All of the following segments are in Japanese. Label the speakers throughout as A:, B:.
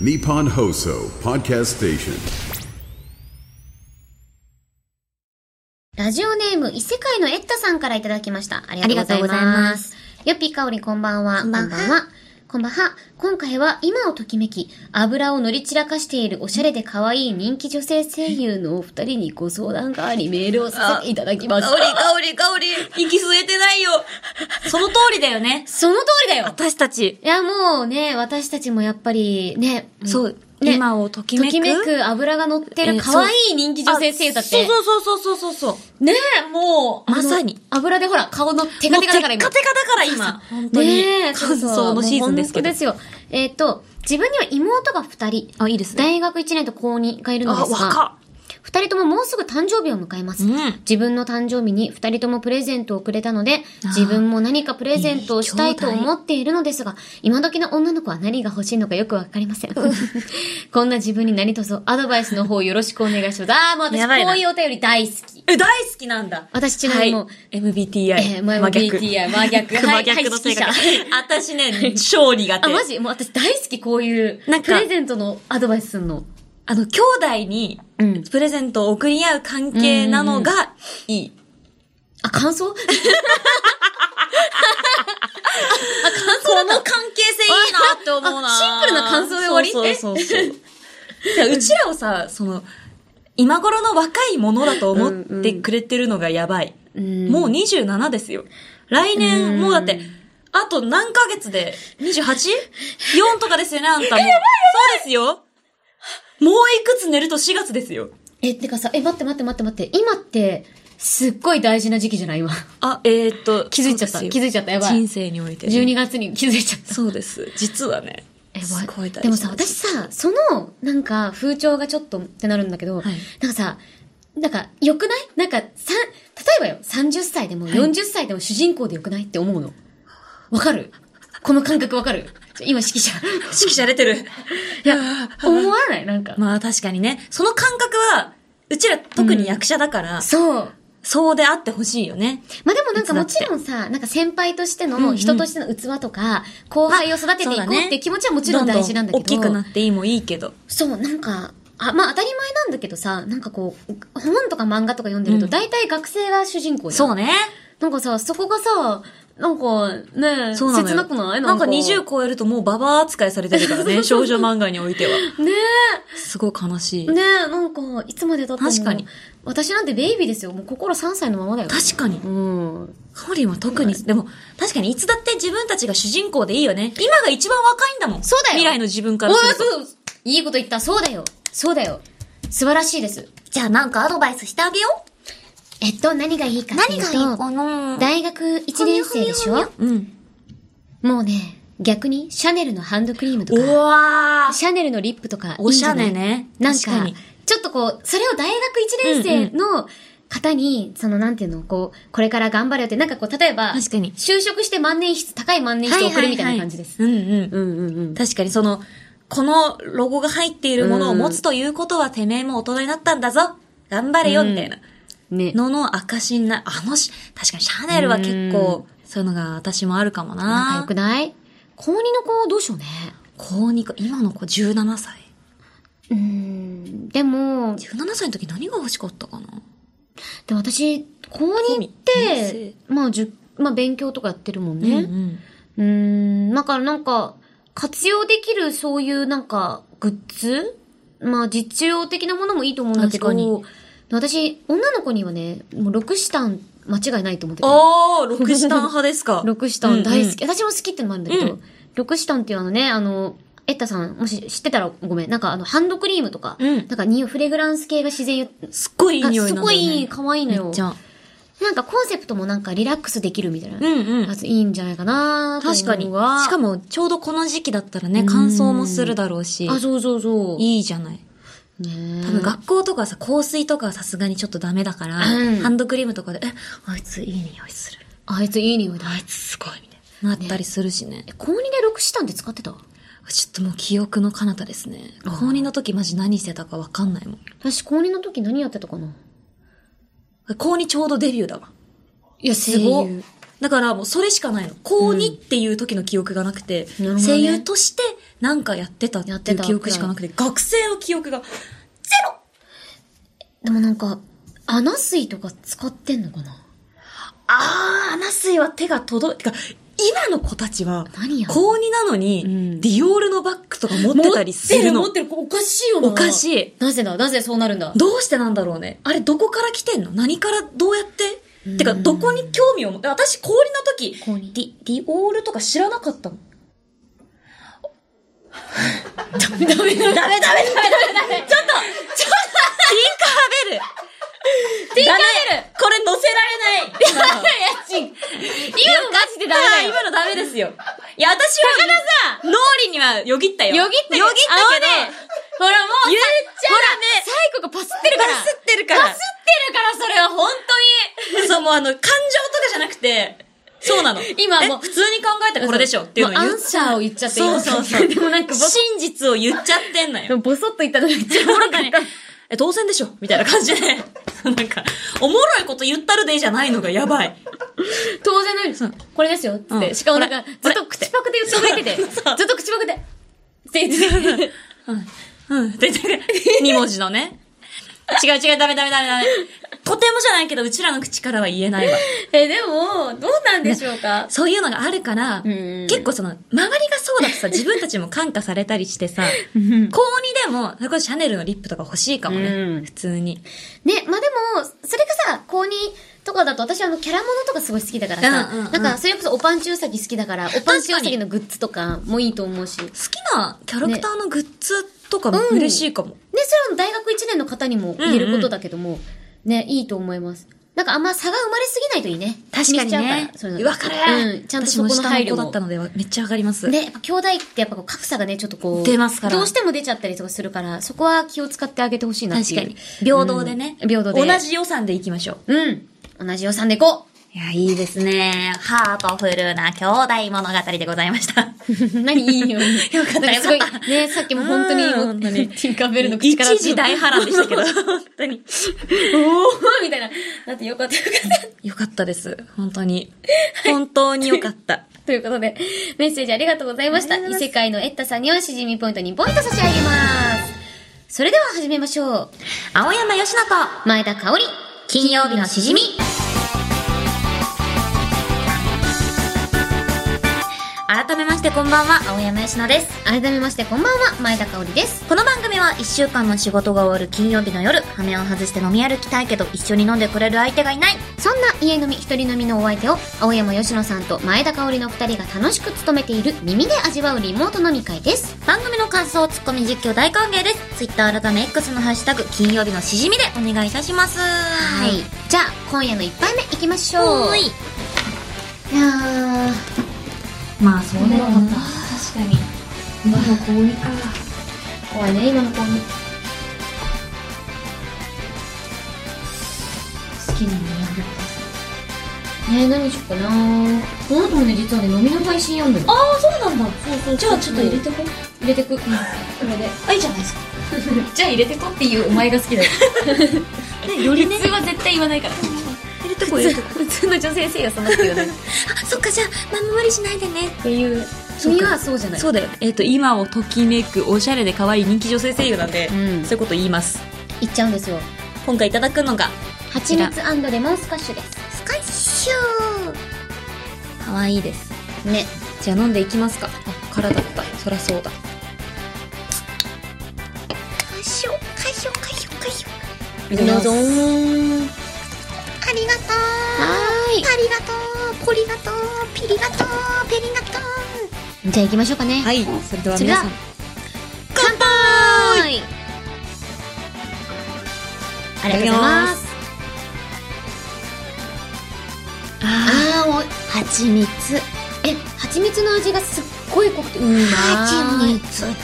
A: Nippon Hoso Podcast Station.
B: ラジオネーム、異世界のエッタさんからいただきました。あり
C: が
B: が
C: と
B: と
C: う
B: う
C: ご
B: ござ
C: ざい
B: い
C: ま
B: ますす。よっぴーかおり、こんばんは。
C: こんばんは
B: こんばんは。今回は、今をときめき、油を乗り散らかしているおしゃれで可愛い人気女性声優のお二人にご相談があり、メールをさせていただきまし
C: 香り、
B: た。
C: 香り、香り、息吸えてないよ。その通りだよね。
B: その通りだよ
C: 私たち、
B: いや、もうね、私たちもやっぱり、ね。
C: そう、
B: ね
C: 今をとき
B: と
C: めく。
B: きめく油が乗ってる可愛い人気女性声優だって。
C: あそうそうそうそうそうそう。
B: ねえ、もう。
C: まさに。
B: 油でほら、顔のテカテカだから今。
C: もうテッカテカだから今。本当に
B: ねえ、。
C: 乾燥のシーズンですけど
B: もう本当で。すよ。えっ、と、自分には妹が二人、
C: あ、いいですね。
B: 大学1年と高2がいる
C: あ、
B: のですが、
C: 若
B: 二人とももうすぐ誕生日を迎えます。
C: うん
B: 自分の誕生日に二人ともプレゼントをくれたので、
C: あー
B: 自分も何かプレゼントをしたいと
C: いい兄弟
B: 思っているのですが、今時の女の子は何が欲しいのかよくわかりま せん。こんな自分に何卒アドバイスの方よろしくお願いします。ああ、もう私
C: やばいな
B: こういうお便り大好き。
C: え、大好きなんだ。
B: 私ちなみにもう
C: はい、MBTI。
B: えー前も BTI 真逆は
C: 真
B: い
C: 逆の性格
B: はい指揮。
C: 私ね、超苦手。
B: あ、マジもう私大好きこういう、
C: なんか
B: プレゼントのアドバイスすんの。
C: あの、兄弟に
B: うん、
C: プレゼントを送り合う関係なのが、いい。
B: あ、感想
C: この関係性いいなって思うな
B: あシンプルな感想で終わり
C: そうそうそうそう。だからうちらをさ、その、今頃の若いものだと思ってくれてるのがやばい。
B: ん
C: もう27ですよ。来年、もうだって、あと何ヶ月で 28?4 とかですよね、あんたも。そうですよ。もういくつ寝ると4月ですよ。
B: え、てかさ、え、待って待って待って待って、今って、すっごい大事な時期じゃ ない今。
C: あ、えー、っと、
B: 気づいちゃった
C: そうですよ
B: 気づいちゃったやばい
C: 人生において。
B: 12月に気づいちゃった。
C: そうです。実はね。
B: え、
C: すごい大事
B: でもさ、
C: なん
B: 私
C: す
B: さ、その、なんか、風潮がちょっとってなるんだけど、
C: はい
B: なんかさ、なんか、良くないなんか、さん、例えばよ、30歳でも
C: い
B: 40歳でも主人公で良くないって思うの。わかるこの感覚わかるちょ今、指揮者。
C: 指揮者出てる。
B: いや、思わないなんか。
C: まあ確かにね。その感覚は、うちら特に役者だから、
B: そう。
C: そうであってほしいよね。
B: まあでもなんかもち
C: いつだ
B: ろんさ、なんか先輩として
C: うんう
B: の、
C: ん
B: 人としての器とか、後輩を育てていこう
C: まあそうだ
B: っ
C: ね
B: ていう気持ちはもちろん大事なんだけど。
C: 大きくなっていいもいいけど。
B: そう、なんか、あ、まあ当たり前なんだけどさ、なんかこう、本とか漫画とか読んでる
C: う
B: と、
C: ん
B: 大体学生が主人公じゃん
C: そう。ね。
B: なんかさ、そこがさ、なんか、ねえ、
C: そうなの
B: 切
C: よ。
B: なくない
C: なんか20超えるともうババア扱いされてるか らね。少女漫画においては。
B: ね
C: すごい悲しい。
B: え、ねえ、なんか、いつまで経っても。
C: 確かに。
B: 私なんてベイビーですよ。もう心3歳のままだよ。
C: 確かに。
B: うん。
C: カオリンは特に、でも、確かにいつだって自分たちが主人公でいいよね。今が一番若いんだもん。
B: そうだよ
C: 未来の自分から
B: お
C: す
B: い
C: ると。
B: そういいこと言った。そうだよ。そうだよ。素晴らしいです。
C: じゃあなんかアドバイスしてあげよう。
B: えっと、何がいいかっていうと、
C: な
B: 大学1年生でしょ
C: うん。
B: もうね、逆にシャネルのハンドクリームと
C: う
B: か、
C: わー。
B: シャネルのリップとかいいん
C: おし
B: じ
C: ゃ
B: ゃない
C: れね。
B: なん
C: 確
B: か、
C: に
B: ちょっとこう、それを大学1年生の方に、そのなんていうの、こう、これから頑張れよって、なんかこう、例えば、
C: 確かに
B: 就職して万年筆、高い万年筆を送るみたいな感じです。
C: はいはいはいうんうん。
B: うんうんうん。
C: 確かにその、このロゴが入っているものを持つということは、てめえも大人になったんだぞ頑張れよ
B: うん
C: みたいな。
B: ね。
C: のの証にな、あのし、確かにシャネルは結構、そういうのが私もあるかも
B: なんかよ
C: な
B: く。ない高2の子どうしようね。
C: 高2か、今の子17歳。
B: うーん。でも、
C: 17歳の時何が欲しかったかな
B: で私、高2っ
C: 二
B: て
C: 世、
B: まあ、じゅまあ、勉強とかやってるもん
C: うんう
B: ね。
C: ん。
B: うーん、だからなんか、活用できるそういうなんか、グッズまあ、実用的なものもいいと思うんだけど、
C: 確かに
B: 私、女の子にはね、もう6シタン間違いないと思ってて。。
C: あー、 六時短派ですか
B: 6シタン大好
C: うん
B: き。私も好きってのもあるんだけ
C: う
B: ど、六シタンっていうあのね、あの、エッタさん、もし知ってたらごめん。なんかあの、ハンドクリームとか、
C: うん
B: なんか匂い、フレグランス系が自然
C: うん。すっごいいい
B: が
C: 匂い
B: す
C: なん
B: ご
C: だよね。
B: い可愛いの
C: め
B: よ
C: っち。ゃ。
B: なんかコンセプトもなんかリラックスできるみたいな。
C: うんうん
B: あ。いいんじゃないかなと思う
C: 確かに。し
B: わ
C: かも、ちょうどこの時期だったらね、乾燥もするだろうし、
B: あ、そうそうそう。
C: いいじゃない。
B: ね
C: 多分学校とかさ、香水とかはさすがにちょっとダメだから、
B: うん
C: ハンドクリームとかで、え、あいついい匂いする。
B: あいついい匂いだ。
C: あいつすごい、みたいな。なったりするしね。
B: 高2で6シタンって使ってた
C: ちょっともう記憶の彼方ですね。
B: あー
C: 高2の時マジ何してたかわかんないもん。
B: 私高2の時何やってたかな
C: 高2ちょうどデビューだわ。
B: いや、
C: すごっ
B: 声優
C: だからもうそれしかないの。高2っていう時の記憶がなくて、
B: なるほどね
C: 声優としてなんかやってたってい
B: やって
C: う
B: た
C: 記憶しかなくて、学生の記憶が、ゼロ
B: でもなんか、穴水とか使ってんのかな
C: あー、アナスイは手が届い、てか、今の子たちは、
B: 何や
C: 高2なのに、
B: うん
C: ディオールのバッグとか持ってたりするの。
B: 持ってる、持ってるおかしいよな。
C: おかしい。
B: なぜだなぜそうな るんだ
C: どうしてなんだろうね。あれ、どこから来てんの何からどうやっててか、
B: うん
C: どこに興味を持って、私、氷の時、
B: 高二
C: ディ、ディオールとか知らなかったもん。ダメダメダメダメダメダメダメちょっとちょっとティンカーベルティンカーベルこれ載せられない
B: 今のマジでダメだよ。
C: あー今のダメですよ。いや、私は、高田さん脳裏にはよぎったよ。
B: よぎった
C: よぎった
B: あの
C: けど、
B: ねほらもう、
C: 言っちゃ
B: ほらね、最後がパスってるから。
C: パスってるから
B: パスってるから、それは本当
C: そう、もうあの、感情とかじゃなくて、そうなの。
B: 今
C: え
B: もう
C: 普通に考えたらこれでしょっていうの
B: も
C: を
B: ア
C: 言っ
B: ンサーを言っちゃって
C: そうそう そう。
B: でもなんかボソ
C: 真実を言っちゃってんの
B: で
C: よ。
B: もボソッと言ったのが一番おもろかった。
C: え、当選でしょみたいな感じで。 なんか、おもろいこと言ったるでじゃないのがやばい。
B: 当然のように、これですよ、つっ
C: うん
B: て。しかもなんか、
C: これ
B: ずっと口パクで言ってくれてて、ず
C: そう
B: っと口パクで、って言ってて。
C: うん。で、で二文字のね。違う違う、ダメダメダメダメ。とてもじゃないけど、うちらの口からは言えないわ。
B: え、でも、どうなんでしょうか
C: そういうのがあるから、
B: うん
C: 結構その、周りがそうだとさ、自分たちも感化されたりしてさ、高2でも、それこそシャネルのリップとか欲しいかもね、
B: うん
C: 普通に。
B: ね、まあでも、それがさ、高2とかだと私はあの、キャラものとかすごい好きだからさ、
C: うんうんうん
B: なんか、それこそおパンチウサギ好きだから、おパンチウサギのグッズとかもいいと思うし、ね、
C: 好きなキャラクターのグッズとかも
B: ねうん
C: 嬉しいかも。
B: それは大学1年の方にも言えることだけども、ね、いいと思います。なんかあんま差が生まれすぎないといいね。気しちゃうからそういうの
C: わかる、
B: うん、ちゃんとそこの配慮
C: 私も下の子だ
B: も
C: った。ので、めっちゃ上がります。
B: ね、やっぱ兄弟ってやっぱこう格差がね、ちょっとこう。
C: 出ますから
B: どうしても出ちゃったりとかするから、そこは気を使ってあげてほしいなってい
C: 確
B: う。
C: かに。平等でね、
B: うん平等で。
C: 同。じ予算でいきましょう。
B: うん。同じ予算でいこ
C: いや、いいですね。ハートフルな兄弟物語でござい ました。
B: う。何いいよ。よ
C: かった
B: なんかすごい
C: よかっ、
B: ね、さっきも本当に、
C: うん本当に
B: ティンカーベルの口から。
C: 一時大波乱でしたけど、本当に。
B: おーみたいな。だってよかったよかっ
C: よかったです。本当に。本当によ かった。
B: た。ということで、メッセージありがとうございました。
C: ありが
B: 異
C: とうございます
B: 世界のエッタさんにはしじみポイント2ポイント差し上げます。それでは始めましょう。
C: 青山よしのと、
B: 前田香織、金曜日のしじみ。
C: 改めましてこんばんは、青山よしのです。
B: 改めましてこんばんは、前田香織です。
C: この番組は1週間の仕事が終わる金曜日の夜、羽目を外して飲み歩きたいけど一緒に飲んでくれる相手がいない。
B: そんな家飲み一人飲みのお相手を青山佳乃さんと前田香織の2人が楽しく務めている耳で味わうリモート飲み会です
C: 番組の感想、ツッコミ実況大歓迎です。Twitter 改め X のハッシュタグ、金曜日のしじみでお願いいたします。は
B: はい。じゃあ今夜の1杯目いきましょう
C: おーい。
B: いや
C: まあそうだよな。確かに。今の高2か。
B: ー怖いね今の子に
C: 好きなのやる。
B: ねえ何しようかなこの後もね実はね飲みの配信やんのよ
C: ああ、そうなんだ。そうそうじゃあちょっと入れてこう。
B: 入れてくこれで
C: あ、いいじゃないですか。
B: じゃあ入れてこっていうお前が好 きだよ
C: ね、よりね
B: 普。通は絶対言わない から
C: 入れてこう、入れてこ
B: 普通の女性性がそんなこと言わないっ
C: う。あ、そっか、じゃあ、まあ無理しないでね。
B: ていう君はそうじゃない
C: そうだよ。えっ、と、今をときめくおしゃれで可愛い人気女性声優なんで、
B: ん
C: そういうこと言います。
B: 言っちゃうんですよ
C: 今回いただくのが、
B: 蜂蜜レモンスカッシュです
C: スカイシュー。可愛いです。
B: ね
C: じゃあ飲んでいきますか。あ、空だった。そらそうだ。解消、解消、解消、解消。いただきます
B: どうぞーん
D: ありがとう
B: は
D: ありがとうポリガとうピリガとうペリガと
B: ー
D: う
B: いじゃあ行きましょうかね
C: はい、それでは皆さん。
B: 乾杯ありが
C: いただ
B: とうござ
C: き
B: い
C: ま
B: ます
C: す
B: あーもう蜂蜜え蜂蜜の味がすっごい濃くてうまい
D: 蜂蜜だね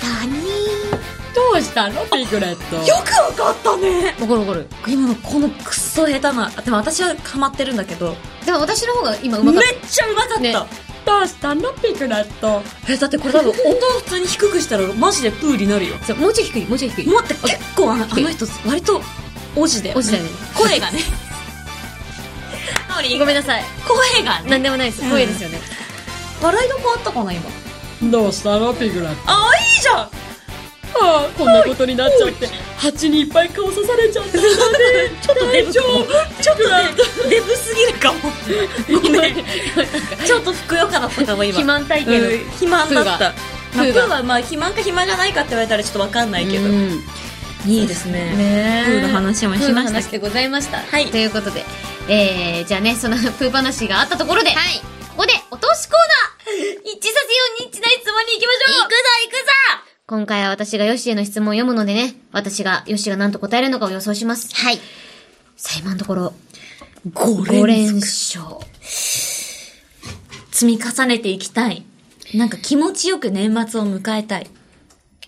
B: どうしたのピクレット
C: よくわかったね
B: わかるわかる
C: 今のこのクソ下手な、あでも私はハマってるんだけど、
B: でも私の方が今う
C: め
B: ま
C: っ
B: かっ
C: ちゃうまかった、
B: ね
C: どうしたのピクラットえ、だってこれ多分音を普通に低くしたらマジでプーになるよ。
B: たそうもうちょい低いもうちょい低い
C: 待って、結構あのあの人割とオジだよ、ね。
B: 落ちたよね
C: 声がね。あ、に
B: ごめんなさい。
C: 声がね
B: なんでもないです。声ですよね。
C: 笑いどこあったかな今
E: どうしたのピグラッ
C: ああいいじゃん
E: あこんなことになっちゃって蜂にいっぱい顔刺されちゃった
C: ちょっとデブかもちょっとデブデブすぎるかもごめん ちょっとふくよかだったかも今
B: 肥満体型の
C: うん肥満だった
B: プーがプ
C: まあ
B: ー
C: プ
B: が
C: ーはまあ肥満か肥満じゃないかって言われたらちょっとわかんないけど
B: うん
C: いいですね
B: ね
C: プーの話もしました
B: プーの話でございました。
C: はい
B: ということで、えー、じゃあね、その プー話があったところで、ここで、お通しコーナー一致させようニッチな質問に行きましょう行くぞ行くぞ今回は私がヨシへの質問を読むのでね、私が、ヨシが何と答えるのかを予想します。はい。さあ、今のところ、
C: 5
B: 5連勝。
C: 積み重ねていきたいなんか気持ちよく年末を迎えたい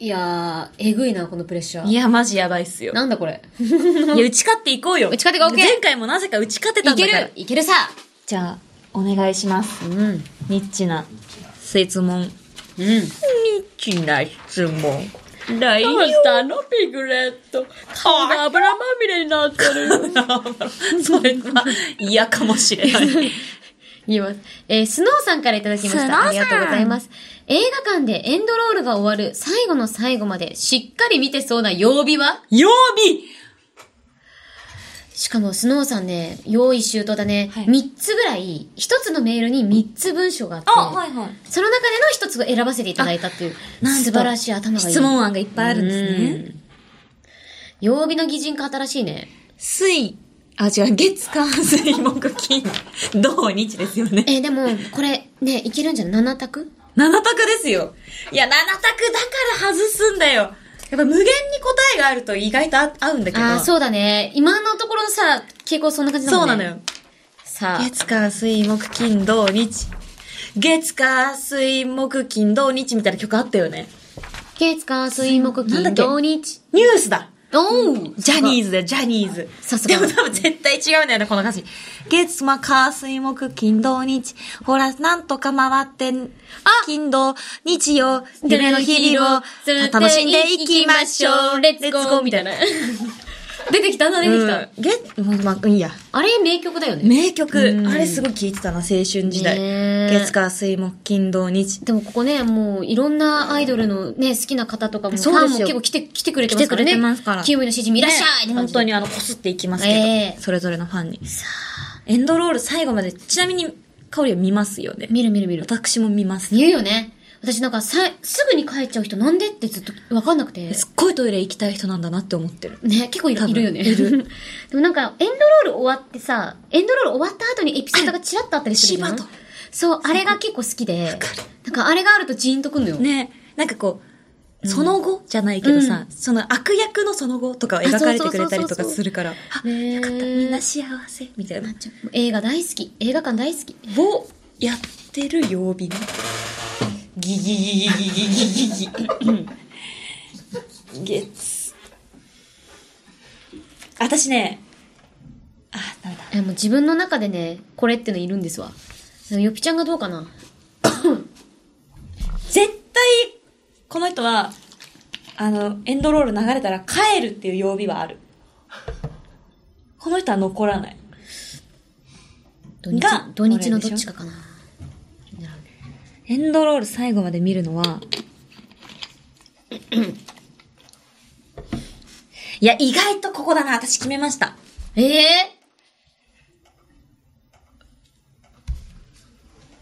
B: いやー、えぐいな、このプレッシャー。
C: いやマジやばいっすよ
B: なんだこれ。
C: いや打ち勝っていこうよ
B: 打ち勝ってこう OK
C: 前回もなぜか打ち勝ってた
B: い
C: んだ
B: け
C: から
B: るいけるさ
C: じゃあお願いします
B: うん。うん。
C: ニッチな質問ニッチな質問来
E: どうしたのピグレット顔が油まみれになってるよ
C: それは嫌かもしれ ない。
B: 言います。えースノーさんからいただきまし
C: スノー
B: た。
C: さん
B: ありがとうございます。映画館でエンドロールが終わる最後の最後までしっかり見てそうな曜日は
C: 曜日
B: しかもスノーさんね、用意周到だね。
C: はい
B: 三3つぐらい、1つのメールに3つ文章があって、
C: いはい。
B: その中での1つを選ばせていただいたっていう、
C: なんと
B: 素晴らしい頭がいい。
C: 質問案がいっぱいあるんです
B: う
C: ね。
B: 曜日の擬人化新しいね。
C: 水、あ、違う、月、火、水、木、金、土、日ですよね。
B: えーでも、これ、ね、いけるんじゃない ?7 択
C: 七択ですよ。いや、七択だから外すんだよ。やっぱ無限に答えがあると意外とあ合うんだけど。
B: ああ、そうだね。今のところのさ、傾向そんな感じだも
C: そうん
B: ね。
C: なのよ。
B: さあ、
C: 月、火、水、木、金、土、日。月、火、水、木、金、土、日みたいな曲あったよね。
B: 月火水木
C: なん
B: 金
C: だっけ
B: 土日。
C: ニュースだ
B: おう
C: ジャニーズだよ、ジャニーズ。
B: さすが
C: でも多分絶対違うんだよね、この歌詞。月、ま、火、水、木、金、土、日。ほら、なんとか回ってん、金、土、日曜、夢の日々を、楽しんでいきましょう。
B: レッツゴーみたい な。出てきたな、出てきた。
C: 出てきた。月、ま、ま、いいや。
B: あれ、名曲だよね。
C: 名曲。あれすごい聴いてたな、青春時代。
B: ねえ
C: 月、火、水、木、金、土、日。
B: でもここね、もういろんなアイドルのね、好きな方とかも、フ
C: そう
B: ァ
C: で
B: ンも
C: すよ
B: 結構来て、来てくれてますからね。
C: 来てくれてますから
B: キウイのしじみいらっしゃいって感
C: ね本
B: じ
C: 当
B: で
C: にあの、こすっていきますけど、
B: ええ
C: それぞれのファンに。エンドロール最後まで、ちなみに、香りは見ますよね。
B: 見る見る見る。
C: 私も見ます。
B: 言うよね。私なんかさ、すぐに帰っちゃう人なんでってずっとわかんなくて。
C: すっごいトイレ行きたい人なんだなって思ってる。
B: ね、結構い
C: 多
B: る
C: 分
B: いるよね。
C: いる
B: でもなんか、エンドロール終わってさ、エンドロール終わった後にエピソードがチラッとあったりするじゃ
C: シ
B: ん
C: バと
B: そう、あれが結構好きで、なんかあれがあるとジーンとくんのよ。
C: ねなんかこう、その後じゃないけどさ、その悪役のその後とかを描かれてくれたりとかするから、あ、
B: ねえ
C: よかった、みんな幸せ、みたいな。
B: ちょもう映画大好き。映画館大好き。
C: をやってる曜日ね。ギギギギギギギギギ。月。私ね、あ、ダメだ。
B: え、もう自分の中でね、これってのいるんですわ。でもよぴちゃんがどうかな
C: 絶対、この人は、あの、エンドロール流れたら帰るっていう曜日はある。この人は残らない。
B: 土日
C: が、
B: 土日のどっちかかな。
C: エンドロール最後まで見るのは、いや、意外とここだな。私決めました。
B: ええ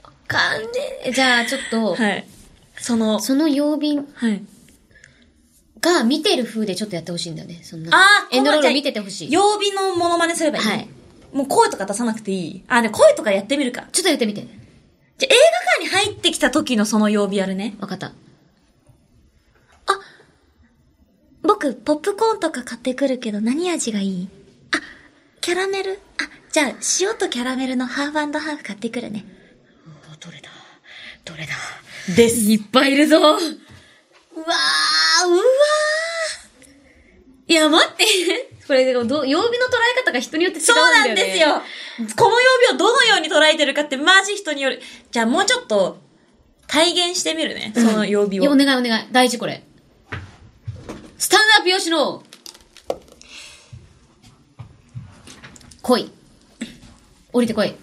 B: ー、かんねえじゃあちょっと、
C: はい。その、
B: その曜日
C: はい。
B: が見てる風でちょっとやってほしいんだよね。そんな。
C: あー
B: エンドロー
C: このじゃ
B: ル
C: あ
B: 見ててほしい。ちょ
C: 曜日のモノマネすればいい。
B: はい
C: もう声とか出さなくていい。あ、でも声とかやってみる
B: っ
C: か。
B: とやってみて。
C: じゃ、映画館に入ってきた時のその曜日やるね。
B: わかった。
D: 僕、ポップコーンとか買ってくるけど何味がいいあ、キャラメルあ、じゃあ、塩とキャラメルのハーフハーフ買ってくるね。
B: どれだどれだ
C: です。
B: いっぱいいるぞうわーうわーいや、待って これ、でもど、曜日の捉え方が人によって違うん
C: そう
B: だ
C: な
B: よね。
C: んですよ。この曜日をどのように捉えてるかってマジ人による。じゃあもうちょっと体現してみるね。その曜
B: い
C: 日
B: や
C: を。
B: お願いお願い。大事これ。スタンダップ吉野来い。降りてこい。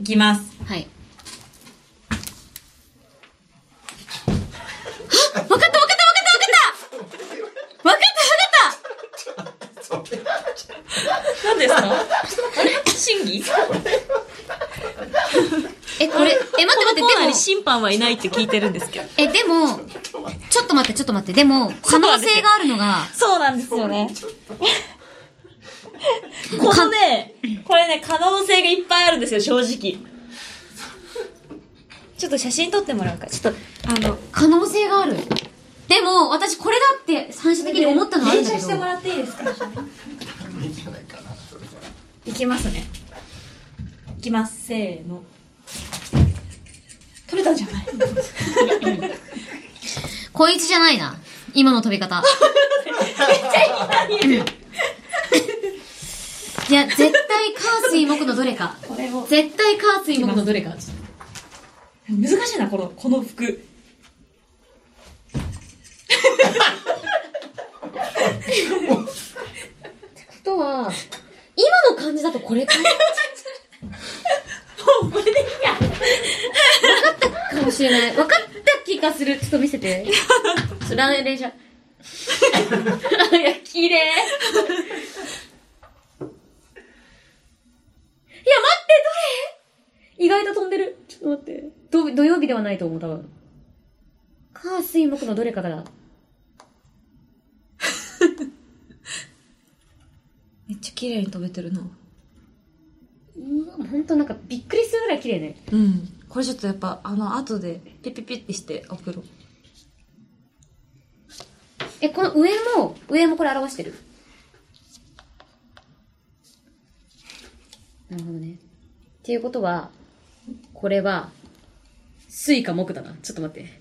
C: いきます。
B: はい。あわかったわかったわかったわかったわかったわかっ
C: 何ですか あれ 審議
B: たえ、これ、え、待って待
C: このコーナーに
B: って、
C: 審判はいないって聞いてるんですけど。
B: でも、え、でも、ちょっと待って、ちょっと待って、でも、可能性があるのが、
C: そうなんですよね。このね、これね、可能性がいっぱいあるんですよ、正直。ちょっと写真撮ってもらうか。ちょっと、あの、
B: 可能性がある。でも、私これだって、反射的に思ったのはあるんだけ
C: 連写しても
B: ど、
C: らっていいですかいきますね。いきます、せーの。撮れたんじゃない
B: こいつじゃないな。今の飛び 方。いや、絶対、カー水木のどれか。
C: これを。
B: 絶対、カー水木のどれか。
C: 難しいな、この、この服。
B: とは、今の感じだとこれか
C: もうこれでいいや。
B: かもしれない。分かった気がする。ちょっと見せて。それは連射。いや、綺麗。いや、待って、どれ意外と飛んでる。ちょっと待って。土土曜日ではないと思う、多分。火、水、木のどれかから。
C: めっちゃ綺麗に飛べてるな。
B: うわ、ほんとなんかびっくりするぐらい綺麗ね。
C: うん。これちょっとやっぱ、あの、後で、ピピピってして送ろう。
B: え、この上も、上もこれ表してる。なるほどね。っていうことは、これは、水か木だな。ちょっと待って。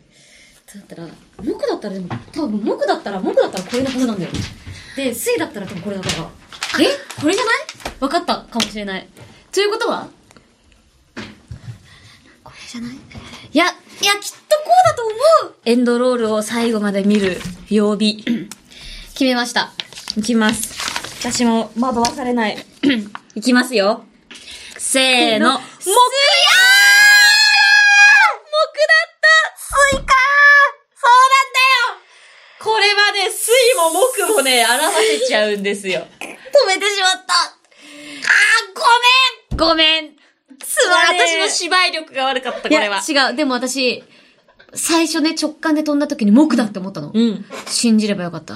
B: だったら、木だったらでも、多分木だったら、木だったらこれのはずなんだよ。で、水だったら多分これだから。えこれじゃない分かったかもしれない。ということは
D: これじゃない
B: いや、いや、きっとこうだと思う
C: エンドロールを最後まで見る曜日。
B: 決めました。
C: いきます。私も惑わされ ない。いきますよ。せーの。
B: 木や木だったスイカそ
C: これはね、水も木もね、表せちゃうんです
B: う
C: よ。
B: なんだよ止めてしまったあーごめんごめんす
C: 私の芝居力が悪かった、こ
B: い
C: れは。
B: や、違う。でも私、最初ね、直感で飛んだ時に木だって思ったの。
C: うん。
B: 信じればよかった。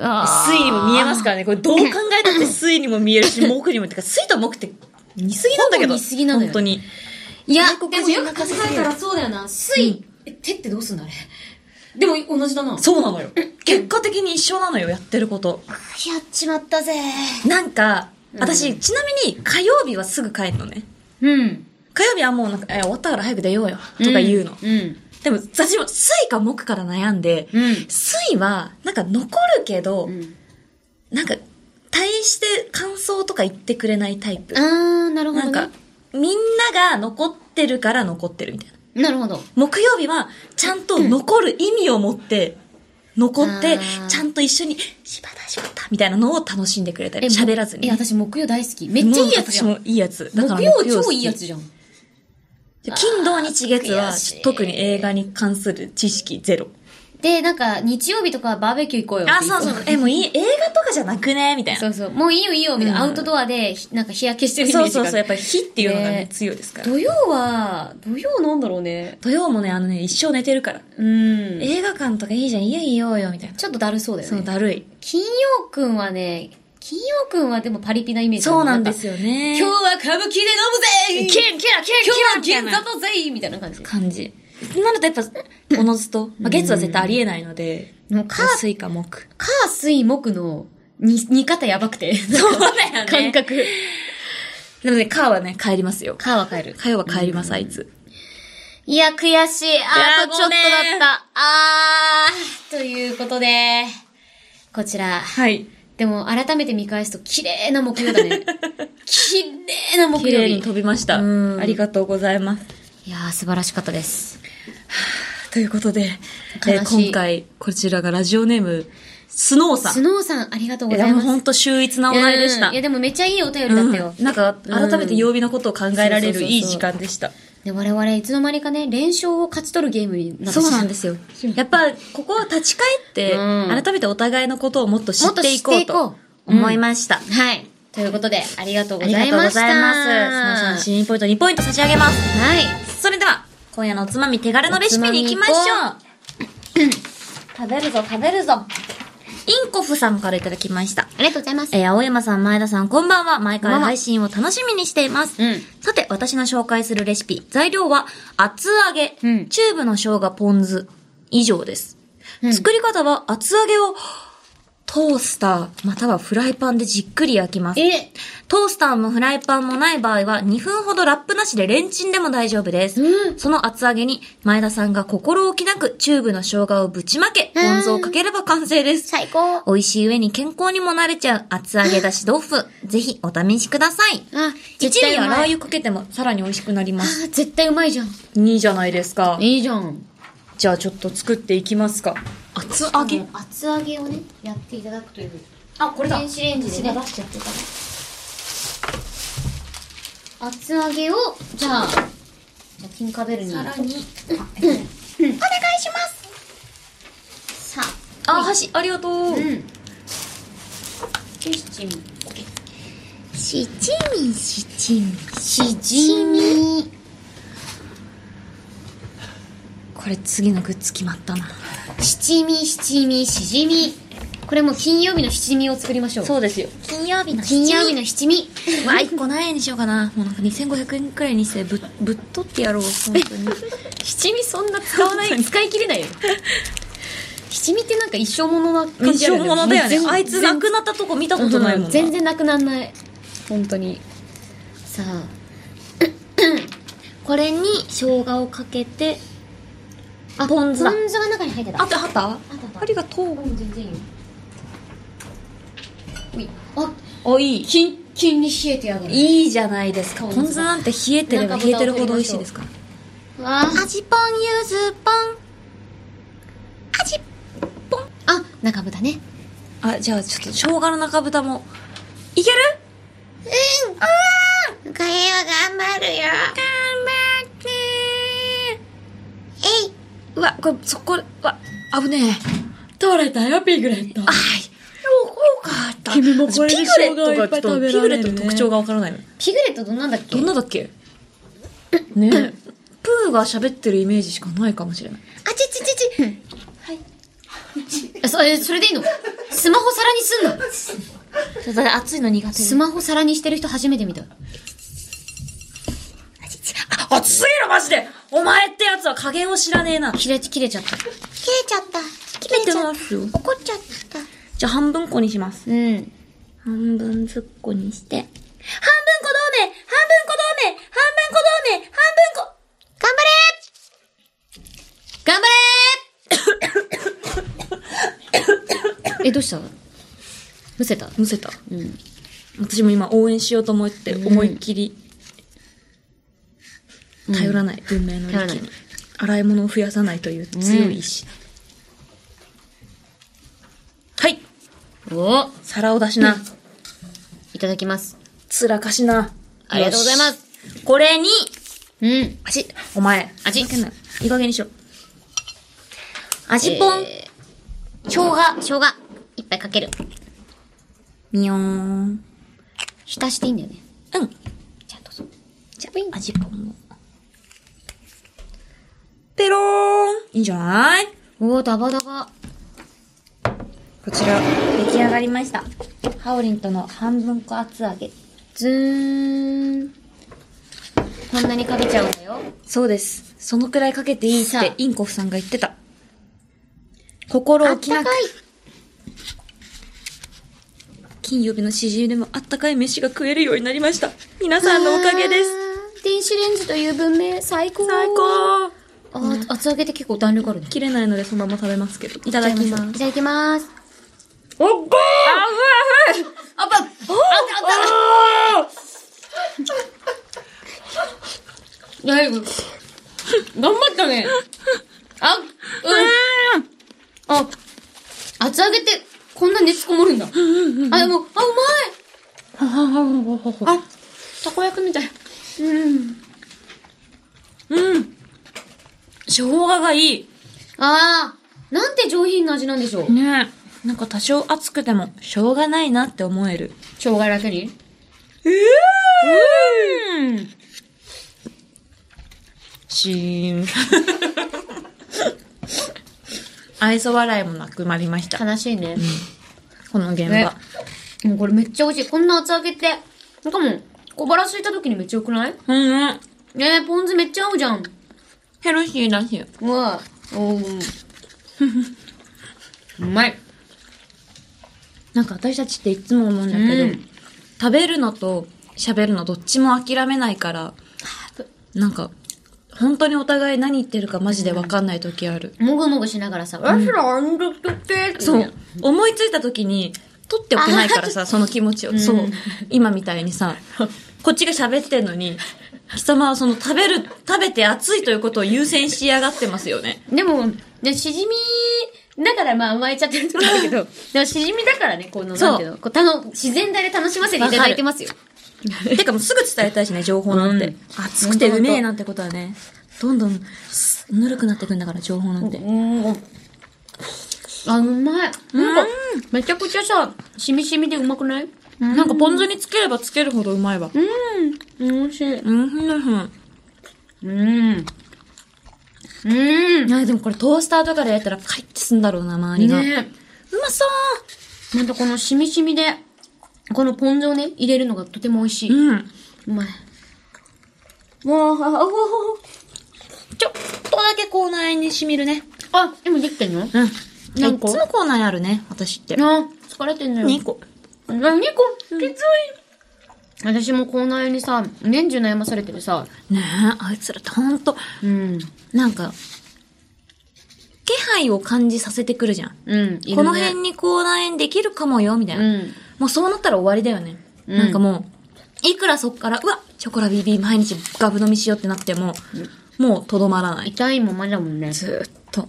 B: あー
C: 水にも見えますからね。これどう考えたって水にも見えるし、木にも。てか、水と木って似すぎなんだけど。
B: ほぼ似すぎなのよ
C: 本当に。
B: いや、
C: 外
B: で
C: 国
B: も
C: 人
B: よ
C: が
B: く考
C: 稼ぎす
B: え
C: ぎる
B: たらそうだよな。水、え手ってどうすんだあれ。でも同じだな。
C: そうなのよ。結果的に一緒なのよ、やってること。
D: やっちまったぜ。
C: なんか、私、ちなみに火曜日はすぐ帰るのね。
B: うん。
C: 火曜日はもうなんか、え、終わったから早く出ようよ。とか言うの。
B: うん。
C: でも、私も水か木から悩んで、
B: うん
C: 水は、なんか残るけど、
B: ん
C: なんか、対して感想とか言ってくれないタイプ。
B: あー、なるほ
C: な
B: ど、
C: ん
B: ね。
C: か、みんなが残ってるから残ってるみたいな。
B: なるほど。
C: 木曜日は、ちゃんと残る意味を持って、残って
B: あー、
C: ちゃんと一緒に、しばだしばだみたいなのを楽しんでくれたり、喋らずに。
B: え、私木曜大好き。めっちゃいいやつじゃ
C: も
B: ん。
C: う私もいいやつ。だから
B: 木曜
C: 好
B: 超
C: き
B: いいやつじゃん。
C: 金土日月は
B: 悔しい、
C: 特に映画に関する知識ゼロ。
B: で、なんか、日曜日とかはバーベキュー行こうよ。
C: あ、そうそう。え、もういい、映画とかじゃなくねみたいな。
B: そ
C: そう
B: うそう。もういいよいいよ、みたいな。
C: う
B: ア
C: ん
B: ウトドアで、ひなんか日焼けしてるイメ
C: そ
B: ー
C: う
B: ジが
C: そ
B: あ
C: う
B: る。
C: やっぱり火っていうのがね
B: ね、
C: 強いですから。
B: 土曜は、土曜なんだろうね。
C: 土曜もね、あのね、一生寝てるから。
B: うん。
C: 映画館とかいいじゃん、いやいようよ、みたいな。
B: ちょっとだるそうだよ
C: そう、
B: ね。
C: だるい。
B: 金曜くんはね、金曜くんはでもパリピなイメージある
C: そうなんですよね。
B: 今日は歌舞伎で飲むぜ
C: キラキラキラキラ
B: 今日
C: み
B: は
C: たいな
B: 銀座だぜみたいな感じ。
C: 感じ。なのとやっぱ、おのずと。まあ、月は絶対ありえないので、
B: もう、火、
C: 水か木。
B: 火、水、木の、に、似方やばくて。
C: そうだよね
B: 感覚。
C: でもね、火はね、帰りますよ。
B: 火は帰る。
C: 火曜は帰ります、あいつ。
B: いや、悔しい。あ
C: やー
B: とちょっとだ
C: ごめん
B: った。あー、ということで、こちら。
C: はい。
B: でも、改めて見返すと、綺麗な木曜だ ね。綺麗な木
C: 綺
B: 曜
C: 麗
B: 日。
C: に飛びました。
B: うん
C: ありがとうございます。
B: いやー、素晴らしかったです。
C: ということで、え
B: 悲しい
C: ー今回、こちらがラジオネーム、スノーさ
B: ス
C: ん。
B: ノーさん、ありがとうご
C: い
B: ざ
C: や、
B: い
C: もう
B: ます。
C: ほんと秀逸なお題でした。
B: うんいや、でもめっちゃいいお便りだったよ。
C: うんなんか、改めて曜日のことを考えられ
B: そうそうそう
C: る
B: そう
C: いい時間でした。
B: で、我々いつの間にかね、連勝を勝ち取るゲームになってし
C: そうなん
B: で
C: ですよ。やっぱ、ここを立ち返って、
B: うん
C: 改めてお互いのことをもっと知っていこ
B: もっと知って
C: う
B: いことう
C: 思いました。
B: はい。ということで、ありがとう
C: あ
B: ご
C: り
B: ざ
C: が
B: い
C: とう
B: ま
C: ご
B: した。
C: ざいます。皆さん、新ポイント2ポイント差し上げます。
B: はい。
C: それでは、今夜のおつまみ手軽のレシピに行きましょう
B: おつま。
C: 食べるぞ、食べるぞ。インコフさんからいただきました。
B: ありがとうございます。
C: えー青山さん、前田さん、こんばんは。毎
B: こんば
C: 回
B: んは
C: 配信を楽しみにしています。
B: うん
C: さて、私の紹介するレシピ。材料は、厚揚げ、
B: うん
C: チューブの生姜、ポン酢、以上です。作り方は、厚揚げを、トースター、またはフライパンでじっくり焼きます。
B: え、
C: トースターもフライパンもない場合は2分ほどラップなしでレンチンでも大丈夫です。
B: う
C: その厚揚げに前田さんが心置きなくチューブの生姜をぶちまけ、
B: うん
C: ポン酢をかければ完成です。
B: 最高。
C: 美味しい上に健康にもなれちゃう厚揚げだし豆腐、ぜひお試しください。
B: あ、
C: 一
B: 絶対
C: 味
B: う
C: はラー
B: まい。
C: 油かけてもさらに美味しくなりま
B: あ
C: す。
B: ー、絶対うまいじゃん。
C: いいじゃないですか。
B: いいじゃん。
C: じゃあちょっと作っていきますか。厚揚げ
B: 厚揚げをね、やっていただくという。
C: あ、これだ。
B: 電子レンジでね。出しちゃってた厚揚げを、じゃあ、じゃあ、金カベルに。さ
C: さら に。
B: あ、
C: あ、箸、ありがとう。
B: うん。七味。
D: 七味、七味。
B: しじみ。
C: これ次のグッズ決まったな。
B: 七味、七味、しじみ。これもう金曜日の七味を作りましょう。
C: うですよ。
D: 金曜日の
B: 金
D: 七味。
B: 曜日の七味。
C: わあ、1個何円にしようかな。もうなんか2500円くらいにしてぶ、ぶっ取ってやろう、本当に。
B: 七味そんな使わない、使い切れないよ。七味ってなんか一生ものな感
C: 一
B: じある
C: 生ものだよね。あいつ亡
B: な
C: くなったとこ見たことないもんな。
B: 全然なくなんない。本当に。さあ、
D: これに生姜をかけて、
B: あ、
C: ポン酢だ
B: ポン酢が中に入ってた。
C: あとあったあ
B: った
C: りがとう。
B: うん、全然いいよ。ほいあ、
C: おいい。
B: キンキンに冷えてやがる。
C: いいじゃないですか。
B: ポン酢
C: ポ
B: だ
C: ン酢なんて冷えてれば冷えてるほど美味しいですから。
B: わあ
D: 味ぽん、ゆずぽん。味
B: あ、中豚ね。
C: あ、じゃあちょっと生姜の中豚も。いける
D: ぽん。かえは頑張るよ。頑張ってえい。
C: うわ、これ、そこ、うわ、危ねえ。
E: 取れたよ、ピグレット。
C: はい。よ、よかった。
E: 君もこれで
C: 私ピグレット
E: 生姜い
C: が
E: っぱい
C: ちょっ
E: 食べ
C: とピ
E: ら
C: グ
E: れ
C: レ
E: るね
C: ットの特徴がわからないの。
B: ピグレットどんなんだっけ
C: どんなだっけねえ。プーが喋ってるイメージしかないかもしれない。
D: あちちちち。
B: えそえそれでいいのスマホ皿にすんの
C: ちょっと熱いの苦手
B: スマホ皿にしてる人初めて見た。
C: あ、熱すぎるマジでお前ってやつは加減を知らねえな。
B: 切れ、切れちゃった。
D: 切れちゃった。切
C: 切れ
D: れ
C: て
D: ちゃっ
C: ますよ。
D: た。怒っちゃった。
C: じゃあ半分こにします。
B: うん。
D: 半分ずっこにして。半分
C: こ同盟半分こ同盟半分こ同盟半分こ
D: 頑張れ
B: 頑張れー え、どうしたむせた
C: むせた。うん。私も今応援しようと思って、思いっきり、頼らない、文明の
B: 頼らな
C: 利
B: い
C: 器に。洗い物を増やさないという強い意志。はい
B: お
C: 皿を出しな。
B: いただきます。
C: つらかしな。
B: ありがとうございま
C: よし。これに、
B: うん。
C: 味、お前。
B: 味
C: ふざけんなよいい加減にしろ。味ぽん。
B: え
D: 生姜。
B: ー生姜、いっぱいかける。
C: みよーん。
B: 浸していいんだよね。
C: うん。
B: ちゃんとそう。
C: じゃあ、味ぽんを。ペローン。いいんじゃない
B: おー、ダバダバ。
C: こちら、出来上がりました。ハオリンとの半分こ厚揚げ。
B: ズーン。こんなにかけちゃうんだよ。
C: そうです。そのくらいかけていいっ
B: さあ
C: て、インコフさんが言ってた。心置きなく。金曜日のしじみでもあったかい飯が食えるようになりました。皆さんのおかげです。
B: す。電子レンジという文明、最高。
C: 最高
B: あー、厚揚げって結構弾力あるね。
C: 切れないのでそのまま食べますけど。いただきます。
B: じゃあいきます。
C: おっこーあふ
B: あ
C: あふ
B: ば、あ
C: ああ
B: だいぶ。頑張ったね。あ、うん。あ、厚揚げって、こんな熱こもるんだ。あ、でも、あ、うまいあ、たこ焼きみたい。
C: うん。生姜がいい。
B: あー、なんて上品な味なんでしょう。
C: ねえ。なんか多少熱くても、しょうがないなって思える。
B: 生姜だけに。
C: うん。シーン。愛想笑いもなくなりました。
B: 悲しいね。
C: この現場。
B: ねもうこれめっちゃ美味しい。こんな厚揚げって。なんかもう、小腹空いた時にめっちゃ良くない
C: うんうん。
B: ねえ、ポン酢めっちゃ合うじゃん。
C: ヘルシーだし。
B: うわ おー。うまい。
C: なんか私たちっていつも思うんだけど、
B: うん
C: 食べるのと喋るのどっちも諦めないから、なんか、本当にお互い何言ってるかマジでわかんない時ある。
B: もぐもぐしながらさ、わしらあんだって
C: そう。。思いついた時に、取っておけないからさ、その気持ちを。そう。今みたいにさ、こっちが喋ってんのに、貴様はその食べる、食べて熱いということを優先しやがってますよね。
B: でも、ね、しじみ、だからまあ甘えちゃってるとこだけど、でもしじみだからね、この、
C: そう
B: なんていうの、こうたの自然体で楽しませていただいてますよ。
C: てかもうすぐ伝えたいしね、情報なんて。
B: うん
C: 熱くてうめえなんてことはね、どんどん、すぬるくなってくんだから、情報なんて。
B: うん。あ、うまい。なんか、めちゃくちゃさ、しみしみでうまくない
C: なんかポン酢につければつけるほどうまいわ。うん、
B: うん、美味しい。
C: うん、ふんふん。
B: うん。うん。
C: いや、でもこれトースターとかでやったらカリッてすんだろうな、周りが。
B: ね
C: うまそ
B: またこのしみしみで、このポン酢をね、入れるのがとても美味しい。
C: う
B: う
C: うん。
B: まい。わあ、あ、
C: ちょっとだけ口内にしみるね。
B: あ、今できてんの
C: うん。
B: 何個
C: いつも口内あるね、私って。
B: あ、疲れてんのよ。
C: 2個。
B: あ2個、きつい。私も口内炎にさ、年中悩まされててさ、
C: ねえ、あいつらってほんと、
B: うん。
C: なんか、気配を感じさせてくるじゃん。
B: うん、いるね
C: この辺に口内炎できるかもよ、みたいな。
B: うん
C: もうそうなったら終わりだよね。
B: うん
C: なんかもう、いくらそっから、うわ、チョコラ BB 毎日ガブ飲みしようってなっても、もうとどまらない。
B: 痛いもまだもんね。
C: ずーっと。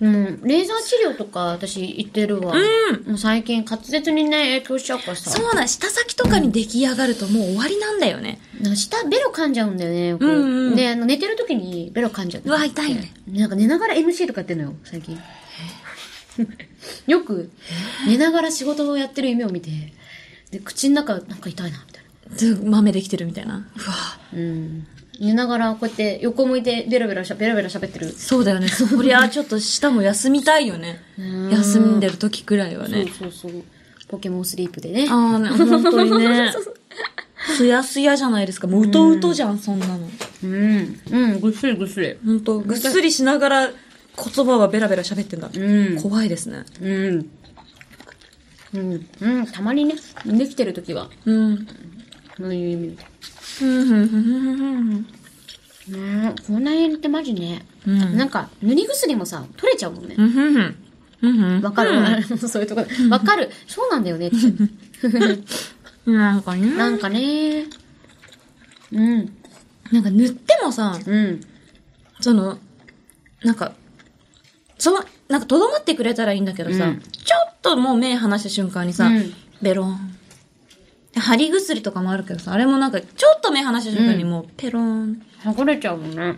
B: うん、レーザー治療とか私行ってるわ。
C: うん
B: もう最近滑舌にね、影響しちゃうからさ。
C: そうなん、舌先とかに出来上がるともう終わりなんだよね。
B: なんか舌、ベロ噛んじゃうんだよね。こ
C: うんうん
B: で、あの、寝てる時にベロ噛んじゃって。
C: うわ痛いね。
B: なんか寝ながら MC とかやってんのよ、最近。よく、寝ながら仕事をやってる夢を見て、で、口の中、なんか痛いな、みたいな。
C: ずー豆できてるみたいな。うわ
B: うん。寝ながら、こうやって横向いてベロベロしゃ、ベロベロ喋ってる。
C: そうだよね。そりゃあちょっと舌も休みたいよね。
B: うん
C: 休んでる時くらいはね。
B: そうそうそう。ポケモンスリープでね。
C: ああね、本当にね。すやすやじゃないですか。もううとうとじゃん、そんなの。
B: うん。うん、ぐっすりぐっすり。
C: 本当ぐっすりしながら言葉はベラベラ喋ってんだ。
B: うん
C: 怖いですね。
B: うん。うん。うん、たまにね、できてる時は、
C: うん。
B: そういう意味で。
C: うん。
B: ねえ、口内炎ってマジね。
C: うん
B: なんか、塗り薬もさ、取れちゃうもんね。
C: うん。
B: わかる、 そういうとこわかる。そうなんだよねって。
C: なんかね。
B: な
C: なん
B: んかね。うん。
C: か塗ってもさ、
B: うん。
C: その、なんか、その、なんかとどまってくれたらいいんだけどさ、
B: うん
C: ちょっともう目離した瞬間にさ、
B: うん
C: ベロン。貼り薬とかもあるけどさ、あれもなんか、ちょっと目離した瞬間にもう、ペロン。
B: はぐれちゃうもんね。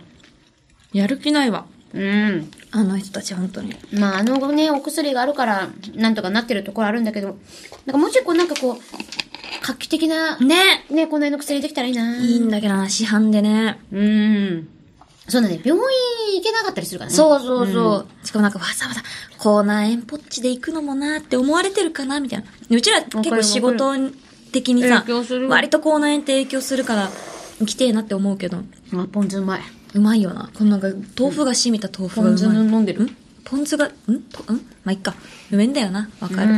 C: やる気ないわ。
B: うん。
C: あの人たち本当に。
B: まあ、あのね、お薬があるから、なんとかなってるところあるんだけど、なんかもうちょいこう、なんかこう、画期的な、ね、
C: ね
B: この辺の薬できたらいいな。
C: いいんだけどな、市販でね。
B: うん。そうだね、病院行けなかったりするからね。
C: そうそうそう。しかもなんかわざわざ、口内炎ポッチで行くのもなって思われてるかなみたいな。うちら結構仕事的にさ
B: 影響する、
C: 割と口内炎って影響するから、来てえなって思うけど、
B: あ、ポン酢うまい。
C: うまいよな。このなんか、豆腐が染みた豆腐がうま
B: ポ
C: い。
B: ン酢飲んでる
C: んポン酢が、んとんまあ、いっか。うめえんだよな。わかる。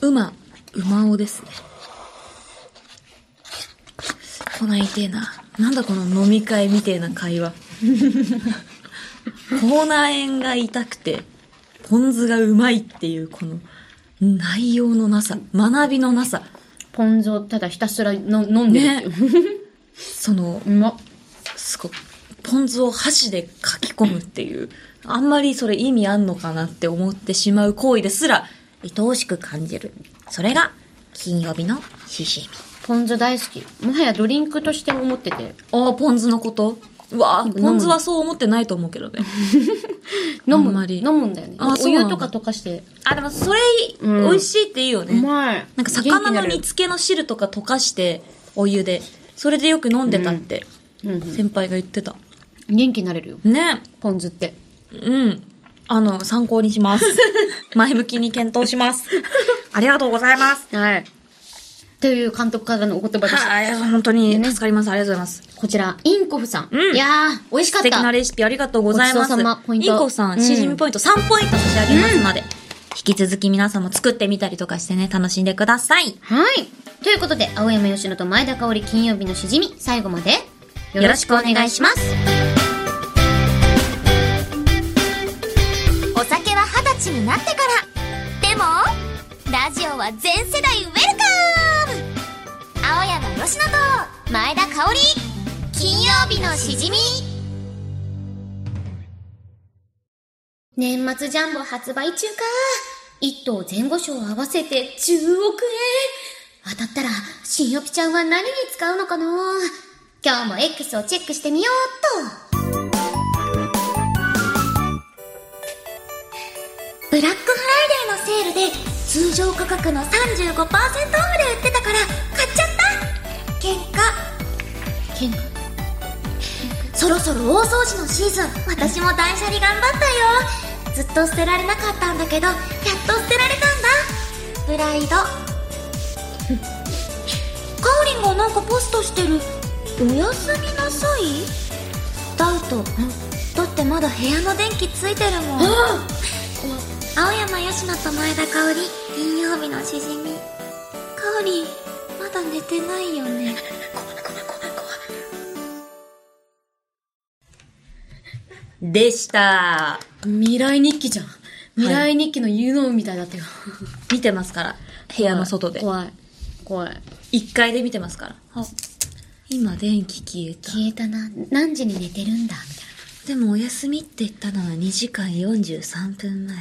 B: うん。
C: うま、うまおですね。こないてえな。なんだこの飲み会みてえな会話。口内炎が痛くて、ポン酢がうまいっていう、この、内容のなさ、学びのなさ。
B: ポン酢をただひたすらの飲んでるっていう。
C: その、
B: うまっ。
C: すごく、ポン酢を箸でかき込むっていう、あんまりそれ意味あんのかなって思ってしまう行為ですら、愛おしく感じる。それが、金曜日のしじみ。
B: ポン酢大好き。もはやドリンクとして思ってて。
C: ああ、ポン酢のことうわあ、ポン酢はそう思ってないと思うけどね。
B: 飲む。
C: あんまり
B: 飲むんだよね。
C: あ
B: お
C: そうなんだ
B: 湯とか溶かして。
C: あ、でもそれ、
B: うん
C: 美味しいっていいよね。
B: まい
C: なんか魚の煮付けの汁とか溶かして、お湯で。それでよく飲んでたって、先輩が言ってた。
B: 元気になれるよ。
C: ね。
B: ポン酢って。
C: うん。あの、参考にし ます。前向きに検討し ます。ありがとうございます。
B: はい。という監督からのお言葉です。
C: はい、本当に助かります。ありがとうございます。
B: こちら、インコフさん。
C: うん
B: いやー、美味しか
C: 素
B: った。
C: 敵なレシピありがとうございま
B: ご
C: す。
B: ちそうさまポイント
C: インコさ
B: うん
C: ん、しじみポイント3ポイント差し上げますので、引き続き皆さんも作ってみたりとかしてね、楽しんでください。
B: はい。ということで、青山吉野と前田香織金曜日のしじみ、最後までよ
C: よろしくお願いします。
D: お酒は二十歳になってからでもラジオは全世代ウェルカム青山吉野と前田香織金曜日のしじみ
B: 年末ジャンボ発売中か。一等前後賞合わせて10億円。当たったら、新よぴちゃんは何に使うのかな今日も X をチェックしてみようっと。
D: ブラックフライデーのセールで通常価格の35%オフで売ってたから買っちゃった喧
B: 喧
D: 嘩
B: 嘩
D: そろそろ大掃除のシーズン私も断捨離頑張ったよずっと捨てられなかったんだけどやっと捨てられたんだプライド かおりんがなんかポストしてるおやすみなさいダウトだってまだ部屋の電気ついてるもん青山佳乃と前田香織金曜日のしじみ香織まだ寝てないよね
C: でした。
E: 未来日記じゃん。未来日記のユノみたいだったよ。
C: 見てますから、部屋の外で。
B: 怖い。怖い。
C: 1階で見てますから。今電気消えた。
B: 消えたな。何時に寝てるんだみたい
C: でもお休みって言ったのは2時間43分前。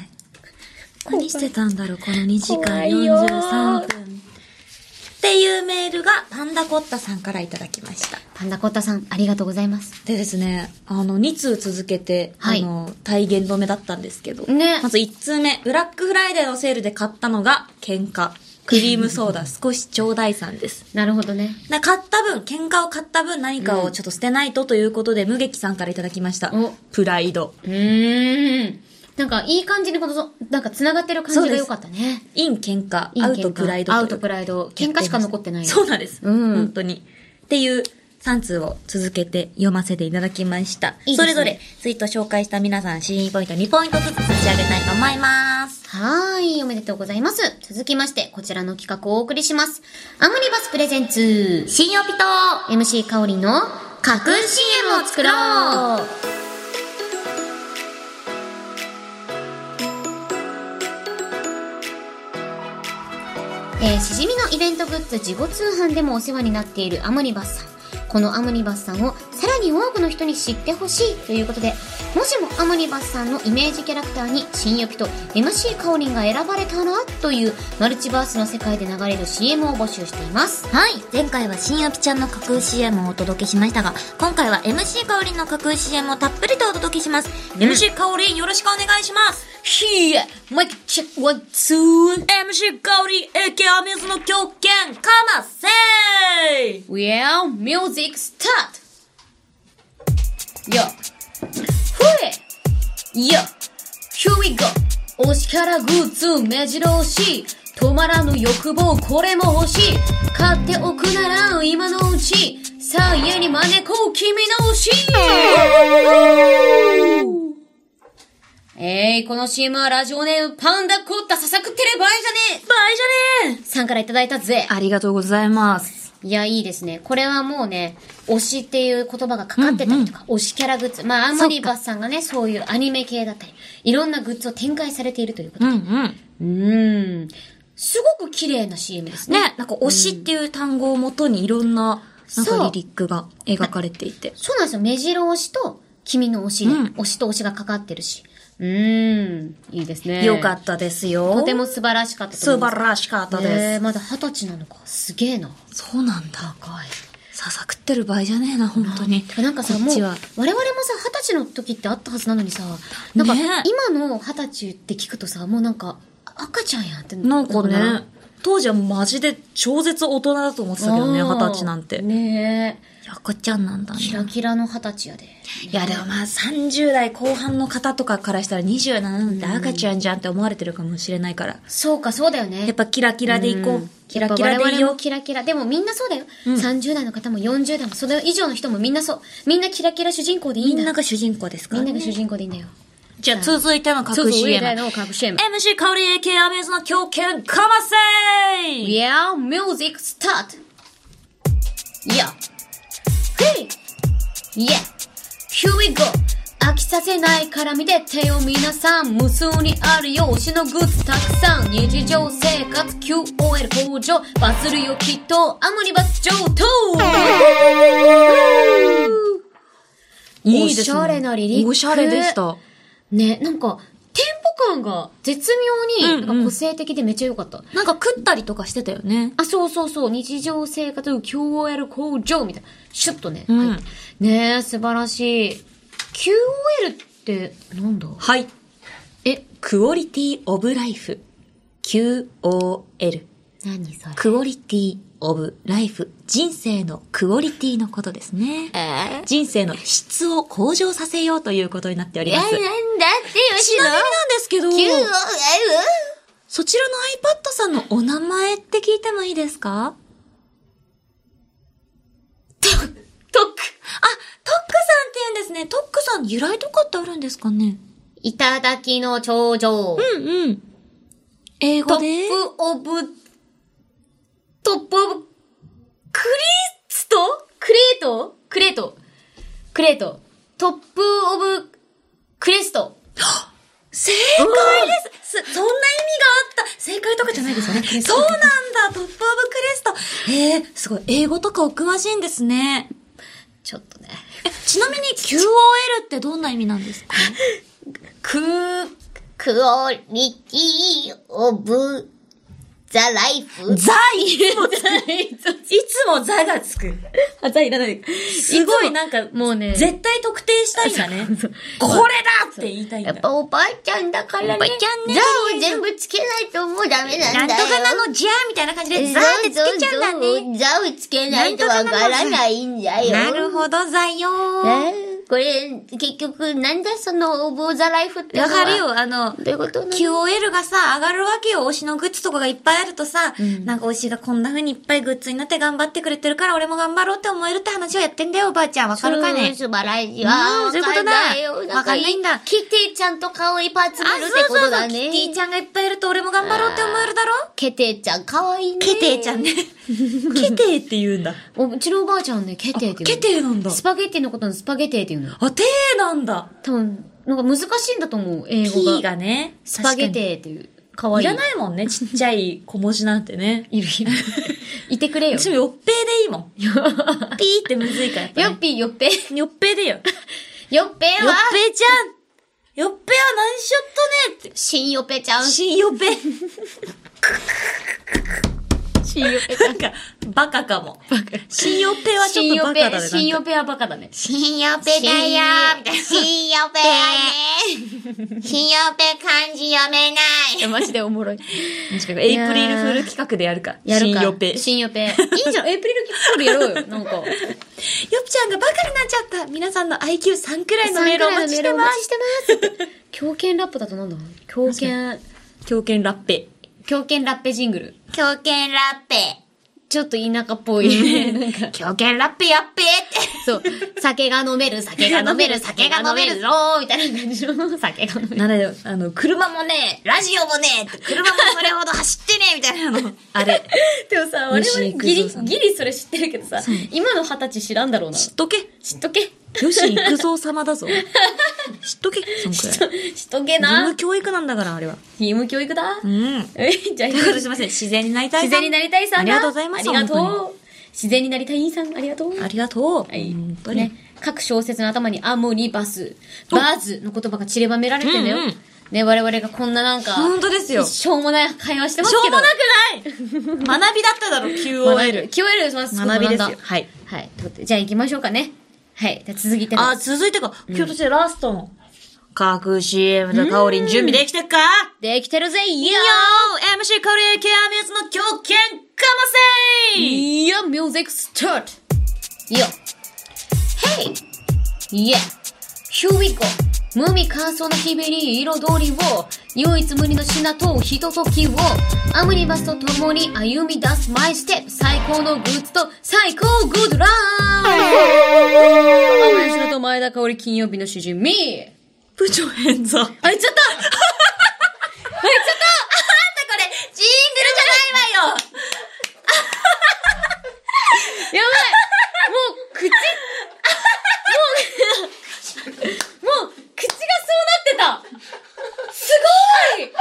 C: 何してたんだろう、この2時間43分。っていうメールがパンダコッタさんからいただきました。
B: な。パンダコータさん、ありがとうございます。
C: でですね、あの、2通続けて、
B: はい
C: あの、体言止めだったんですけど、
B: ね
C: まず1通目、ブラックフライデーのセールで買ったのが、喧嘩。クリームソ ーダ少しちょうだいさんです。
B: なるほどね。
C: な買った分、喧嘩を買った分何かをちょっと捨てないとということで、無劇さんからいただきました
B: お。
C: プライド。
B: うーん。なんか、いい感じにこの、なんか、繋がってる感じが良かったね。
C: イン喧嘩、
B: いい喧嘩
C: アウトプライドという。
B: アウトプライド喧嘩しか残ってない
C: そうなんです。
B: うん
C: 本当に。っていう3通を続けて読ませていただきました。
B: いいですね
C: それぞれツイート紹介した皆さん、シーンポイント2ポイントずつ差し上げたいと思います。
B: はーい、おめでとうございます。続きまして、こちらの企画をお送りします。アムニバスプレゼンツ、
C: 新曜日と
B: MC 香りの架空 CM を作ろうえーしじみのイベントグッズ自己通販でもお世話になっているアムニバスさん。このアムニバスさんをさらに多くの人に知ってほしいということで、もしもアムニバスさんのイメージキャラクターに新予備と MC カオリンが選ばれたらというマルチバースの世界で流れる CM を募集しています。
C: はい。前回は新アピちゃんの架空 CM をお届けしましたが、今回は MC 香りの架空 CM をたっぷりとお届けします。MC 香りよろしくお願いします。
B: ひえマイクチェックワン、ツー
C: MC 香り AK アミューズの狂犬、かませー
B: Well, music start! Yo! ほえ Yo! Here we go! 推しからグッズ目白押し止まらぬ欲望これも欲しい買っておくなら今のうちさあ家に招こう君の推しえい、この CM はラジオネームパンダコッタささくってればいじゃね
C: バイじゃね
B: えさんからいただいたぜ
C: ありがとうございます。
B: いや、いいですね。これはもうね、推しっていう言葉がかかってたりとか、推しキャラグッズ。まあ、アンマリバスさんがね、そういうアニメ系だったり、いろんなグッズを展開されているということ
C: うん
B: で。
C: うん。
B: うん。すごく綺麗な CM ですね。
C: ね、なんか推しっていう単語をもとにいろんななん
B: そう
C: かリリックが描かれていて。
B: そうなんですよ。目白押しと、君の推しで、
C: うん
B: 推しと推しがかかってるし。うーん、いいですね。
C: よかったですよ。
B: とても素晴らしかったと
C: 素
B: 思います
C: 晴らしかったです。
B: ねえまだ二十歳なのか。すげえな。
C: そうなんだ。ささくってる場合じゃねえな、本当に。
B: なんかさ、
C: こっ
B: もう、
C: ち
B: 我
C: は
B: 々もさ、二十歳の時ってあったはずなのにさ、なんか、
C: ね
B: 今の二十歳って聞くとさ、もうなんか、赤ちゃんやんって
C: なんか
B: る
C: ね、当時はマジで超絶大人だと思ってたけどね、
B: あ
C: 二
B: ー
C: 十歳なんて。
B: ねえ。
C: 赤ちゃんなんだね。
B: キラキラの二十歳やで。
C: いや、でもまあ30代後半の方とかからしたら27なんて赤ちゃんじゃんって思われてるかもしれないから。
B: そうか、そうだよね。
C: やっぱキラキラでいこ
B: うん
C: う。キラキラ
B: やっぱ
C: でい
B: 我々
C: よ
B: も
C: う。
B: キラキラ。でもみんなそうだよ。30代の方も40代も、それ以上の人もみんなそう。みんなキラキラ主人公でいい
C: み
B: んだ。
C: んなが主人公ですか
B: み
C: ら
B: ん
C: ね
B: なが主人公でいいんだよ。
C: じゃあ続いての
B: そう
C: 隠
B: そう、
C: し
B: 上代
C: m
B: の隠し M。
C: MC 香り AK アメーズの狂犬かませー
B: Yeah, music start! Yeah! Hey! Yeah! Here we go! 飽きさせないから見てってよ皆さん無数にあるよ推しのグッズたくさん日常生活 QOL 向上バズるよきっとアムニバス上等
C: いいですね
B: おしゃれなリリック
C: おしゃれでした。
B: ね、なんかテンポ感が絶妙
C: うんう
B: に
C: ん
B: なんか個性的でめっちゃ良かった。
C: なんか食ったりとかしてたよね。
B: あ、そうそうそう、日常生活 QOL 工場みたいな。シュッとね。
C: うん
B: はい、ねえ、素晴らしい。QOL ってなんだ
C: はい。
B: え、
C: クオリティオブライフ。QOL。
B: 何それ
C: クオリティオブライフ。人生のクオリティのことですね。人生の質を向上させようということになっております。
B: だってよ
C: ちなみになんですけど、そちらの iPad さんのお名前って聞いてもいいですか
B: トック
C: あ、トックさんって言うんですね。トックさん由来とかってあるんですかね
B: いただきの頂上。
C: うんうん。英
B: ト
C: 語で
B: ップオブ、トップオブ、クリストクレートクレートクレート。トップオブ、クレスト。
C: 正解ですすそんな意味があった正解とかじゃないですよね。そうなんだトップオブクレストえー、すごい。英語とかお詳しいんですね。
B: ちょっとね。
C: えちなみに QOL ってどんな意味なんですか
B: く、クオリティオブ、ザライフ。
C: ザいつもザ、いつもザがつく。あ、ザいらない。すごいなんか、
B: もうね
C: 絶対特定したいんだね。これだって言いたいん
B: やっ
C: だ。
B: ぱおばあちゃんだからね。
C: おばあちゃんね
B: ザを全部つけないともうダメなんだよ。
C: のじゃみたいな感じで
B: ザね。ザをつけないとわからないんだよ。
C: なるほど、ザよー。
B: えーこれ、結局、なんだその、お坊ザライフっての
C: わ
B: は。
C: かる。よ、あの、
B: どういうことなの
C: QOL がさ、上がるわけよ。推しのグッズとかがいっぱいあるとさ、なんか推しがこんな風にいっぱいグッズになって頑張ってくれてるから、俺も頑張ろうって思えるって話をやってんだよ、おばあちゃん。わかるか
B: うん
C: ね
B: 素晴らしい
C: うん
B: わ。
C: そういうことだわかんないんだ
B: キティちゃんと可愛いパーツ
C: あ
B: があるってことだね。
C: キティちゃんがいっぱいいると俺も頑張ろうって思えるだろ
B: ケテちゃん可愛いね。
C: ケテイちゃんね。ケテイって言うんだ。
B: お。うちのおばあちゃんね、ケテって言
C: ケ
B: うの。
C: テイなんだ。
B: スパゲッティのことのスパゲティっていうの。
C: あ、テイなんだ。
B: 多分、なんか難しいんだと思う、英語
C: P
B: が。
C: がね。
B: スパゲティっていう。可愛い。
C: いらないもんね、ちっちゃい小文字なんてね。
B: いるいる。いてくれよ。
C: 私もよっぺーでいいも ん。ピーってむずいからやっぱね
B: よっぴーよっぺ。
C: よっぺーでよ。よっ ぺ
B: よっぺ
C: ーちゃん
B: は、
C: よっぺーは何しよっとねって。
B: 新よっぺちゃん。
C: 新よっぺ。
B: 新よっぺ
C: なんか、バカかも。新よっぺはちょっとバカだね。
B: 新よぺはバカだね。
D: 新よぺだよ
B: 新
D: 新よぺは ね、新よぺ漢字読めない。
B: マジでおもろい。
C: 確かにエイプリルフール企画でやるか。
B: やるか。
C: 新よっぺ。よっ
B: 新よぺ。いいんじゃん。エイプリルキックルやろうよ。なんか。
C: ちゃんがバカになっちゃった。皆さんの IQ3 くらいのメールをお待ちして
B: お
C: ま
B: 待ち
C: す。
B: してます。狂犬ラップだとなんだ狂犬、
C: 狂犬ラッペ。
B: 狂犬ラッペジングル。
D: 狂犬ラッペ。
B: ちょっと田舎っぽい。なんか、
D: 狂犬ラッペやっぺって。
B: そう。酒が飲める、酒が飲める、酒が飲めるぞーみたいな感じの。酒が飲める。
C: なんだよ、あの、車もね、
D: ラジオもね、車もそれほど走ってね、みたいなの。
C: あれ、
B: でもさ、我
C: 吉
B: 々
C: 幾
B: ギリ、
C: 三さん
B: ギリそれ知ってるけどさ、今の二十歳知らんだろうな。
C: 知
B: 知
C: っとけ。
B: っとけ。
C: よし、幾三様だ ぞ。知っとけ、そんくらい。
B: 知っとけ
C: 義務
B: な。
C: 教育なんだから、あれは。
B: 義務教育だ
C: う。ん。
B: え、じゃあ、
C: ということで、すいません。自然になりたい
B: 自然になりたいさんだ
C: ありがとうございます
B: ありが
C: 本
B: とう。自然になりたい員さん、ありがとう。
C: ありがとう。
B: はい
C: 本当に。
B: ね、各小説の頭にアモニバス、バズの言葉が散りばめられてんだよ。
C: うんうん
B: ね、我々がこんななんか、
C: 本当ですよ。し
B: しょうもない会話してます
C: ょ
B: け
C: うも
B: ど。
C: なくない学びだっただろ、QOL。
B: QOL します。
C: 学びですよ
B: ここなんだ
C: はい。
B: はい。ということでじゃあ行きましょうかね。はい。じゃあ続いて
C: あ、
B: の。
C: 続いてか、今日としてラストの。各 CM とカオリン準備できてっか
B: できてるぜい
C: いい
B: や
C: よ !MC カオリン k アミューズの狂犬かませい
B: いやミュージックスタートいいよ Hey! Yeah! Here we go! 無味乾燥の日々に彩りを唯一無二の品とひとときをアムニバスと共に歩み出すマイステップ最高のグッズと最高グッドラン天野白と前田香織金曜日のしじみ
C: 部長変座。
B: あ、言っちゃった あ、言っちゃったあんたこれ、ジングルじゃないわよ やばいもう、口、もう、もう、口がそうなってたすごい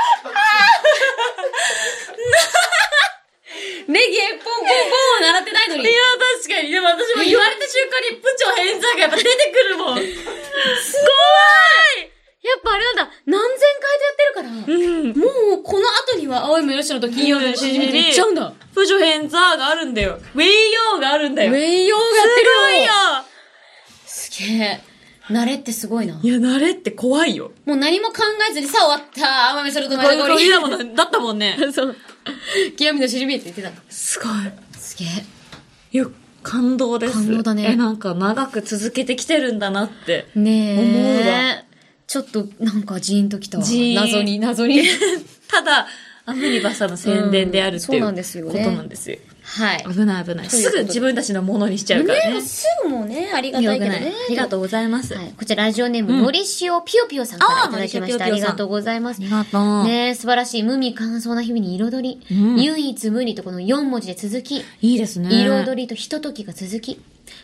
B: ネギポンポンポンを習ってないのに
C: いや、確かに。でも私も言われた瞬間に、部長変座がやっぱ出てくるもん。
B: すごいやっぱあれなんだ、何千回でやってるから、もうこの後には青い目よしのと金曜日のしじみでいっちゃうんだ。
C: 部長変座があるんだよ。ウェイヨーがあるんだ
B: ウ
C: よ。
B: ェイヨーがやってるよ
C: す
B: すげえ。慣れってすごいな。
C: ごいよいや、慣れって怖いよ。
B: もう何も考えずにさ、終わった。青い目それと
C: これ
B: 前
C: こ
B: の
C: れ
B: り
C: だもん、だったもんね。
B: そう。金曜日のしじみって言ってた。
C: すごい。
B: すげえ。
C: いや、感動です。
B: 感動だね
C: え、なんか長く続けてきてるんだなって。
B: ね
C: 思う
B: え。ちょっと、なんかジーンときたわ。
C: ジーン
B: 謎に、謎に。
C: ただ、アムニバスさんの宣伝であるって
B: んそう
C: いうう,、
B: なんですよね
C: ことなんですよ。
B: はい。
C: 危ない危ない。
B: ということ
C: す
B: で
C: ぐ自分たちのものにしちゃうからね。
B: ねすぐもうね、ありが
C: 良
B: たい
C: く
B: けど
C: ない
B: ね。
C: ありがとうございます。
B: はい、こちらラジオネーム、のりしおぴよぴよさんから
C: あ
B: い
C: ー
B: ただきま
C: のり
B: し
C: しおぴよ
B: た。
C: ぴ
B: あ
C: よさん
B: りがとうございます。
C: ありがとう
B: ねえ素晴らしい。無味乾燥な日々に彩り、
C: ん
B: 唯一無二とこの4文字で続き、
C: いいですね。
B: 彩りとひとときが続き、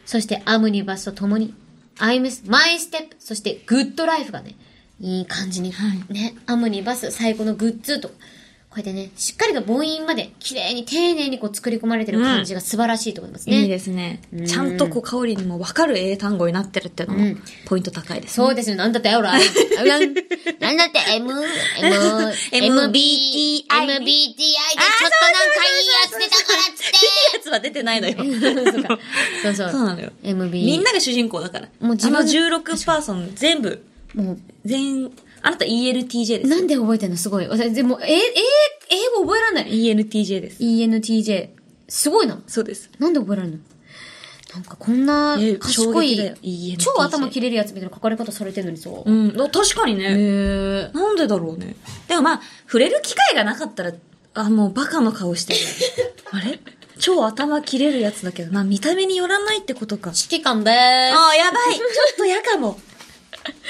B: そしてアムニバスと共に、アイムス、マイステップ、そしてグッドライフがね、いい感じに、
C: はい
B: ね、アムニバス、最後のグッズとか、こうやってね、しっかりと母音まで、綺麗に丁寧にこう作り込まれてる感じが素晴らしいと思いますね。
C: いいですね。ちゃんとこう、香りにも分かる英単語になってるっていうのも、ポイント高いですね。
B: そうですよ。なんだって、ほら。 なんなんだって、M、M、
C: MBTI
B: MBTI。MBTI でちょっとなんかいいやつ出たからっつっ
C: いいやつは出てないのよ。
B: て。そうそう。
C: そうなのよ。
B: MB。
C: みんなが主人公だから。
B: もう自分
C: あの16パーソン全部、
B: も
C: 全、あなた ELTJ で
B: う、
C: す。
B: なんで覚えてんのすごい。私、でも、え、え、英語覚えらんない。
C: ENTJ です。
B: ENTJ。すごいな。
C: そうです。
B: なんで覚えらんのなんかこんな
C: え
B: 賢
C: 衝撃だよ
B: い
C: ENTJ、
B: 超頭切れるやつみたいな書かれ方されてんのにさ。
C: うん。確かにね。
B: へ
C: なんでだろうね。でもまあ、触れる機会がなかったら、あ、もうバカの顔してる。 あれ超頭切れるやつだけど、まあ見た目によらないってことか。
B: 指揮官でー
C: ああ、やばい。ちょっと嫌かも。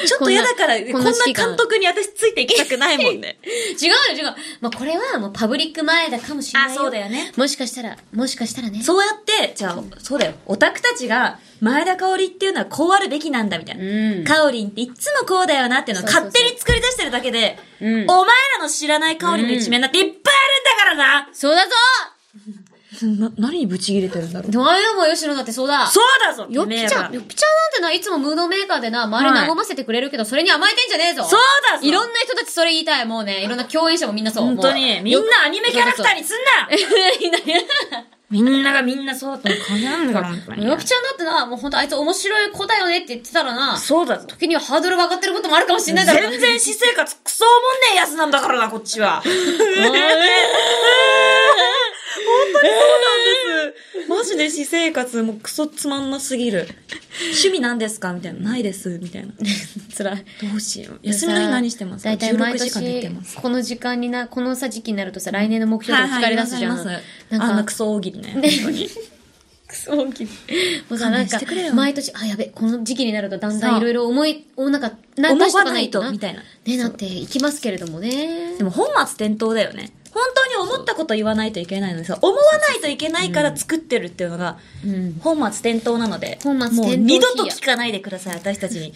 C: ちょっと嫌だから、こん
B: こんなこ
C: な
B: んな指揮官
C: 監督に私ついていきたくないも んね。
B: 違うよ違う。まあ、これはもうパブリック前だかもしれない。
C: あそうだよね。
B: もしかしたら、もしかしたらね。
C: そうやって、じゃあ、そうだよ。オタクたちが、前田香織っていうのはこうあるべきなんだみたいな。
B: うん
C: 香織っていつもこうだよなっていうのを
B: そうそうそ
C: 勝
B: う
C: 手に作り出してるだけで、
B: うん
C: お前らの知らない香織の一面なんていっぱいあるんだからな
B: そうだぞ
C: な、何にブチ切れてるんだろう。
B: どうよも吉野だってそうだ。
C: そうだぞ
B: よっぴちゃん、
C: てめえ
B: よ
C: ら
B: っぴちゃんなんてな、いつもムードメーカーでな、周り
C: はい
B: 和ませてくれるけど、それに甘えてんじゃねえぞ。
C: そうだぞ
B: いろんな人たちそれ言いたい。もうね、いろんな共演者もみんなそう。
C: 本当に、みんなアニメキャラクタ ーにすんな
B: に。いない
C: みんながみんなそうだと感じなんだから、本当に
B: よっぴちゃんだってな、もう本当あいつ面白い子だよねって言ってたらな、
C: そうだぞ。
B: 時にはハードルが上がってることもあるかもしれないだろうな。
C: 全然私生活クソおもんねえやつなんだからな、こっ ちは。本当にそうなんです。マジで私生活もうクソつまんなすぎる。趣味なんですかみたいな。ないです。みたいな。
B: 辛い。
C: どうしよう。休みの日何してますか
B: 大体毎
C: ?16 時間寝て
B: 年
C: ます。、
B: この時間にな、このさ時期になるとさ、来年の目標が聞かれ出すじゃん。
C: はいはい
B: なんか
C: 言わされますあんなクソ大喜利ね。
B: ね
C: 本当に。
B: クソ大きい。もうさ、
C: 勘
B: なん
C: 弁
B: か
C: してくれよ、
B: 毎年、あ、やべ、この時期になるとだんだ
C: そ
B: ん
C: う
B: いろいろ思い、お、なんか、な
C: 思
B: 出しと
C: わ
B: か
C: ないと、みたいな。
B: ね、なっていきますけれどもね
C: で。も本末転倒だよね。本当に思ったこと言わないといけないのにさ、思わないといけないから作ってるっていうのが
B: ん、
C: 本末転倒なので、
B: 本末転倒
C: もう二度と聞かないでください、私たち に。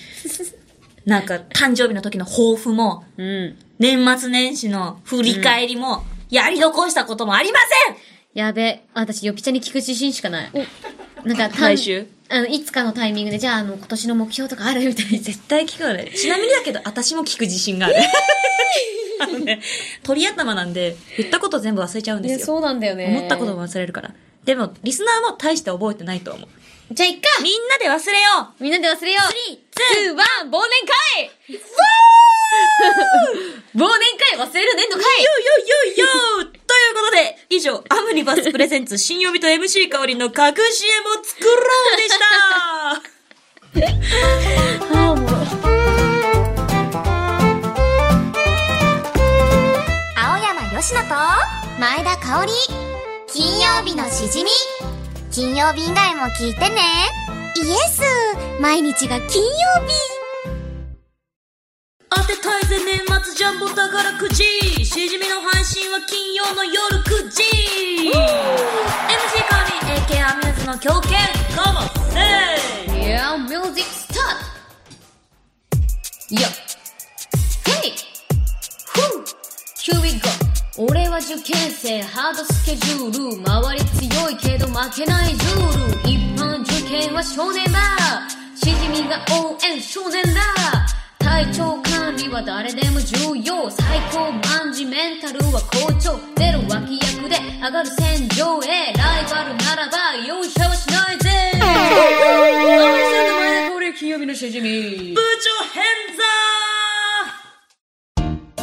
C: なんか、誕生日の時の抱負も、
B: うん。
C: 年末年始の振り返りも、やり残したこともありません
B: やべ。私、よぴちゃに聞く自信しかない。なん か、
C: 来週
B: あの、いつかのタイミングで、じゃあ、あの、今年の目標とかあるみたいに絶
C: 絶対聞くよね。ちなみにだけど、私も聞く自信がある。あのね、鳥頭なんで、言ったこと全部忘れちゃうん
B: 対。
C: ですよ。
B: うなんだよ
C: 思ったことも忘れるから。でも、リスナーも大して覚えてないと思う。
B: じゃあ、いっか
C: みんなで忘れよ
B: みんなで忘れよう !3、2、1、忘年会 忘年会忘れる年度会
C: うよいよいよということで、以上、アムニバスプレゼンツ新曜日と MC 香りの隠し絵も作ろうでした
D: 青山よしと前田香織金曜日のしじみ金曜日以外も聞いてねイエス毎日が金曜日
C: 当てたいぜ年末ジャンボ宝くじしじみの配信は金曜の夜9時 MC カーリン AK アミューズの狂犬カモセ
B: Yeah, music start! Yo! Hey! Whew! Here we go! 俺は受験生ハードスケジュール周り強いけど負けないルール一般受験は少年だしじみが応援少年だ体調管理は誰でも重要最高万事メンタルは好調ゼロ脇役で上がる戦場へライバルならば容赦はしないぜこれ金曜日のしじみ
C: 部長変座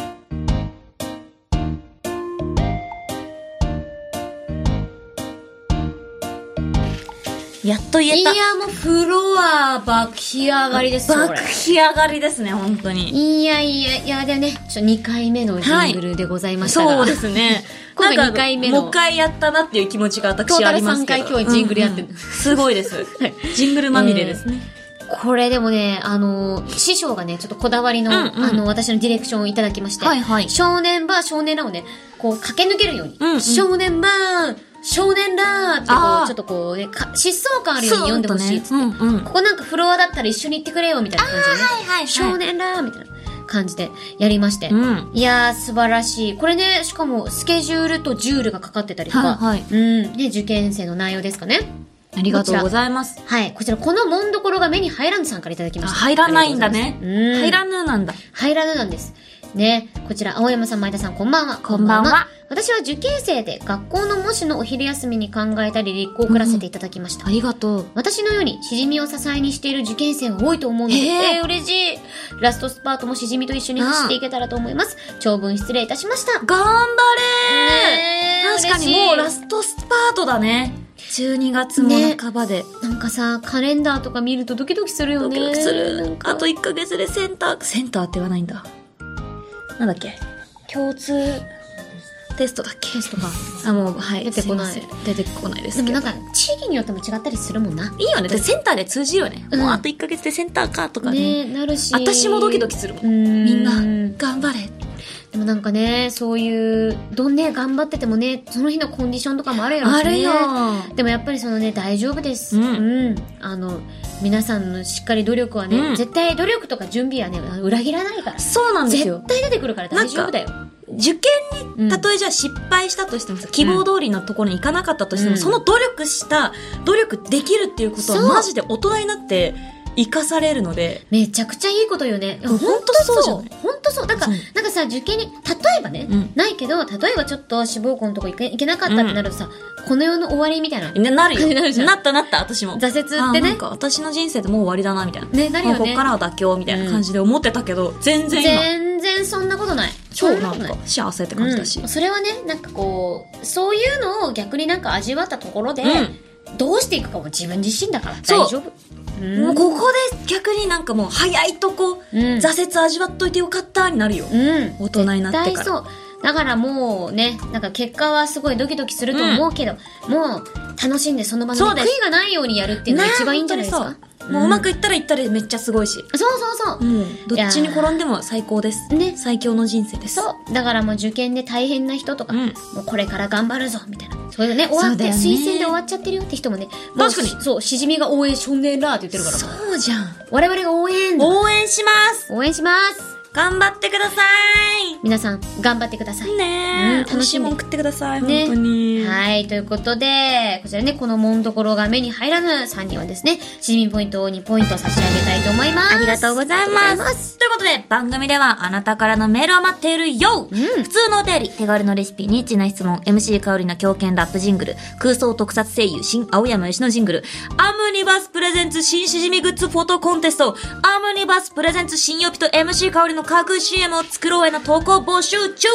C: やっと言
B: い
C: え
B: やも
C: た
B: うフロア爆飛上がりですよこ
C: 爆
B: れ
C: 飛上がりですね本当に
B: いやいやいやでもねちょ2回目のジ
C: はい
B: ングルでございましたが、
C: そうですね
B: 今回
C: なんか
B: 二回目の
C: もう一回やったなっていう気持ちが私はありますけど
B: トータル三回今日ジングルやってる
C: うんうんすごいですジングルまみれですね、
B: これでもねあの師匠がねちょっとこだわりの,、
C: うんうん
B: あの私のディレクションをいただきまして、
C: はいはい
B: 少年バー少年らをねこう駆け抜けるように、
C: うんうん
B: 少年バー少年らってこ
C: あ
B: う
C: ー
B: ちょっとこうねか疾走感あるように読んでほしいっつって、
C: そうねうんうん
B: ここなんかフロアだったら一緒に行ってくれよみたいな感じでね
D: はいはいはい
B: 少年らみたいな感じでやりまして、
C: うん
B: いやー素晴らしいこれねしかもスケジュールとジュールがかかってたりとか、
C: はいはい
B: うんね受験生の内容ですかね
C: ありがとうございます
B: はい、こちら、このもんどころが目に入らぬさんからいただきま
C: あ
B: した。
C: 入らないんだ
B: ありが
C: ね。
B: とうございますうん
C: 入らぬなんだ。
B: 入らぬなんです。ね、こちら、青山さん、前田さん、こんばんは。
C: こんばんは
B: 私は受験生で、学校の模試のお昼休みに考えたり、立候補を送らせていただきました。
C: ありがとう。
B: 私のように、しじみを支えにしている受験生が多いと思うので、
C: へえ
B: えー嬉しい。ラストスパートもしじみと一緒に走っていけたらと思います。長文失礼いたしました。
C: 頑張れ
B: ね
C: ー
B: え
C: 確かに
B: 嬉しい
C: もうラストスパートだね。12月も半ばで。
B: なんかさ、カレンダーとか見るとドキドキするよ
C: ド
B: ね。
C: キドキす
B: な
C: る
B: ん。か
C: あと1ヶ月でセンター、センターって言わないんだ。なんだっけ共通テストだっけテストか。あ、もう、はい。
B: 出てこない
C: すません出てこないです
B: でも
C: けど
B: な。んか、地域によっても違ったりするもんな。
C: いいよね。でセンターで通じるよね。
B: うん
C: もうあと1ヶ月でセンターかとか
B: ね
C: ね。
B: なるし。
C: 私もドキドキするも。
B: うんん。
C: みんな
B: で、
C: 頑張れ。
B: もなんかね、そういう、どんね、頑張っててもね、その日のコンディションとかもあるやろうし
C: あ
B: ね。
C: るよ。
B: でもやっぱりそのね、大丈夫です。
C: うん
B: あの、皆さんのしっかり努力はね、
C: うん
B: 絶対努力とか準備はね、裏切らないから。
C: そうなんですよ
B: 絶。対出てくるから大丈夫だよ。
C: 受
B: う
C: 験
B: ん
C: に、たとえじゃあ失敗したとしてもさ、希望通りのところに行かなかったとしても、
B: うん
C: その努力した、努力できるっていうことは、
B: そう
C: マジで大人になって、生かされるので、
B: めちゃくちゃいいこと言うね。いや
C: うん
B: ほんと
C: ほんとそうじ
B: そ
C: ゃ
B: う
C: ない。
B: ほんとそう。だから
C: そう、
B: なんかさ、受験に、例えばね、
C: うん
B: ないけど、例えばちょっと志望校のとこ行け行けなかったってなるとさ、この世の終わりみたいな。
C: ななるよ。
B: なるじゃん
C: ったなった、私も。
B: 挫折って
C: あな
B: ね
C: ん。か私の人生でもう終わりだな、みたいな。
B: ねなるよね
C: もうこっからは妥協、みたいな感じで思ってたけど、全然今、
B: 全然そんなことない。
C: 超
B: そんな
C: な
B: こと
C: ん
B: ない
C: か。幸せって感じだし
B: うん、。それはね、なんかこう、そういうのを逆になんか味わったところで、
C: う
B: どうしていくかも自分自身だから
C: そう
B: 大丈夫。うん
C: もうここで逆になんかもう早いとこ、
B: うん
C: 挫折味わっといてよかったになるよ。
B: うん。
C: 大人になって
B: 大
C: から。
B: そう。だからもうね、なんか結果はすごいドキドキすると思うけど、もう楽しんでその場の
C: そう
B: 悔
C: です
B: いがないようにやるっていうのが一番いいんじゃないですか
C: ね。本当にそうもううまくいったらいったらめっちゃすごいし。
B: そうそうそう。
C: もうどっちに転んでも最高です。
B: ね
C: 最強の人生です。
B: そう。だからもう受験で大変な人とか、
C: うん
B: もうこれから頑張るぞ、みたいな。それでね、終わ
C: そ
B: っ
C: う
B: て、
C: だよね
B: 推薦で終わっちゃってるよって人もね、もう
C: 確かに
B: そう、しじみが応援少年らーって言ってるから。
C: そうじゃん。
B: 我々が応援
C: 応援します
B: 応援します
C: 頑張ってくださ
B: 皆さん、頑張ってください。
C: いねえ、
B: うん
C: 楽しいもん食ってください、
B: ね
C: 本当に。
B: はい、ということで、こちらね、このもんどころが目に入らぬ3人はですね、市民ポイントを2ポイント差し上げたいと思います。
C: ありがとうござい
B: あ
C: ま
B: りがとうござい
C: す。ということで、番組ではあなたからのメールを待っているよ、普通のお便り、手軽のレシピ、ニッチな質問、MC 香りの狂犬ラップジングル、空想特撮声優、新青山吉野ジングル、アムニバスプレゼンツ新しじみグッズフォトコンテスト、アムニバスプレゼンツ新予備と MC 香りの架空 CM を作ろうへの投稿募集中、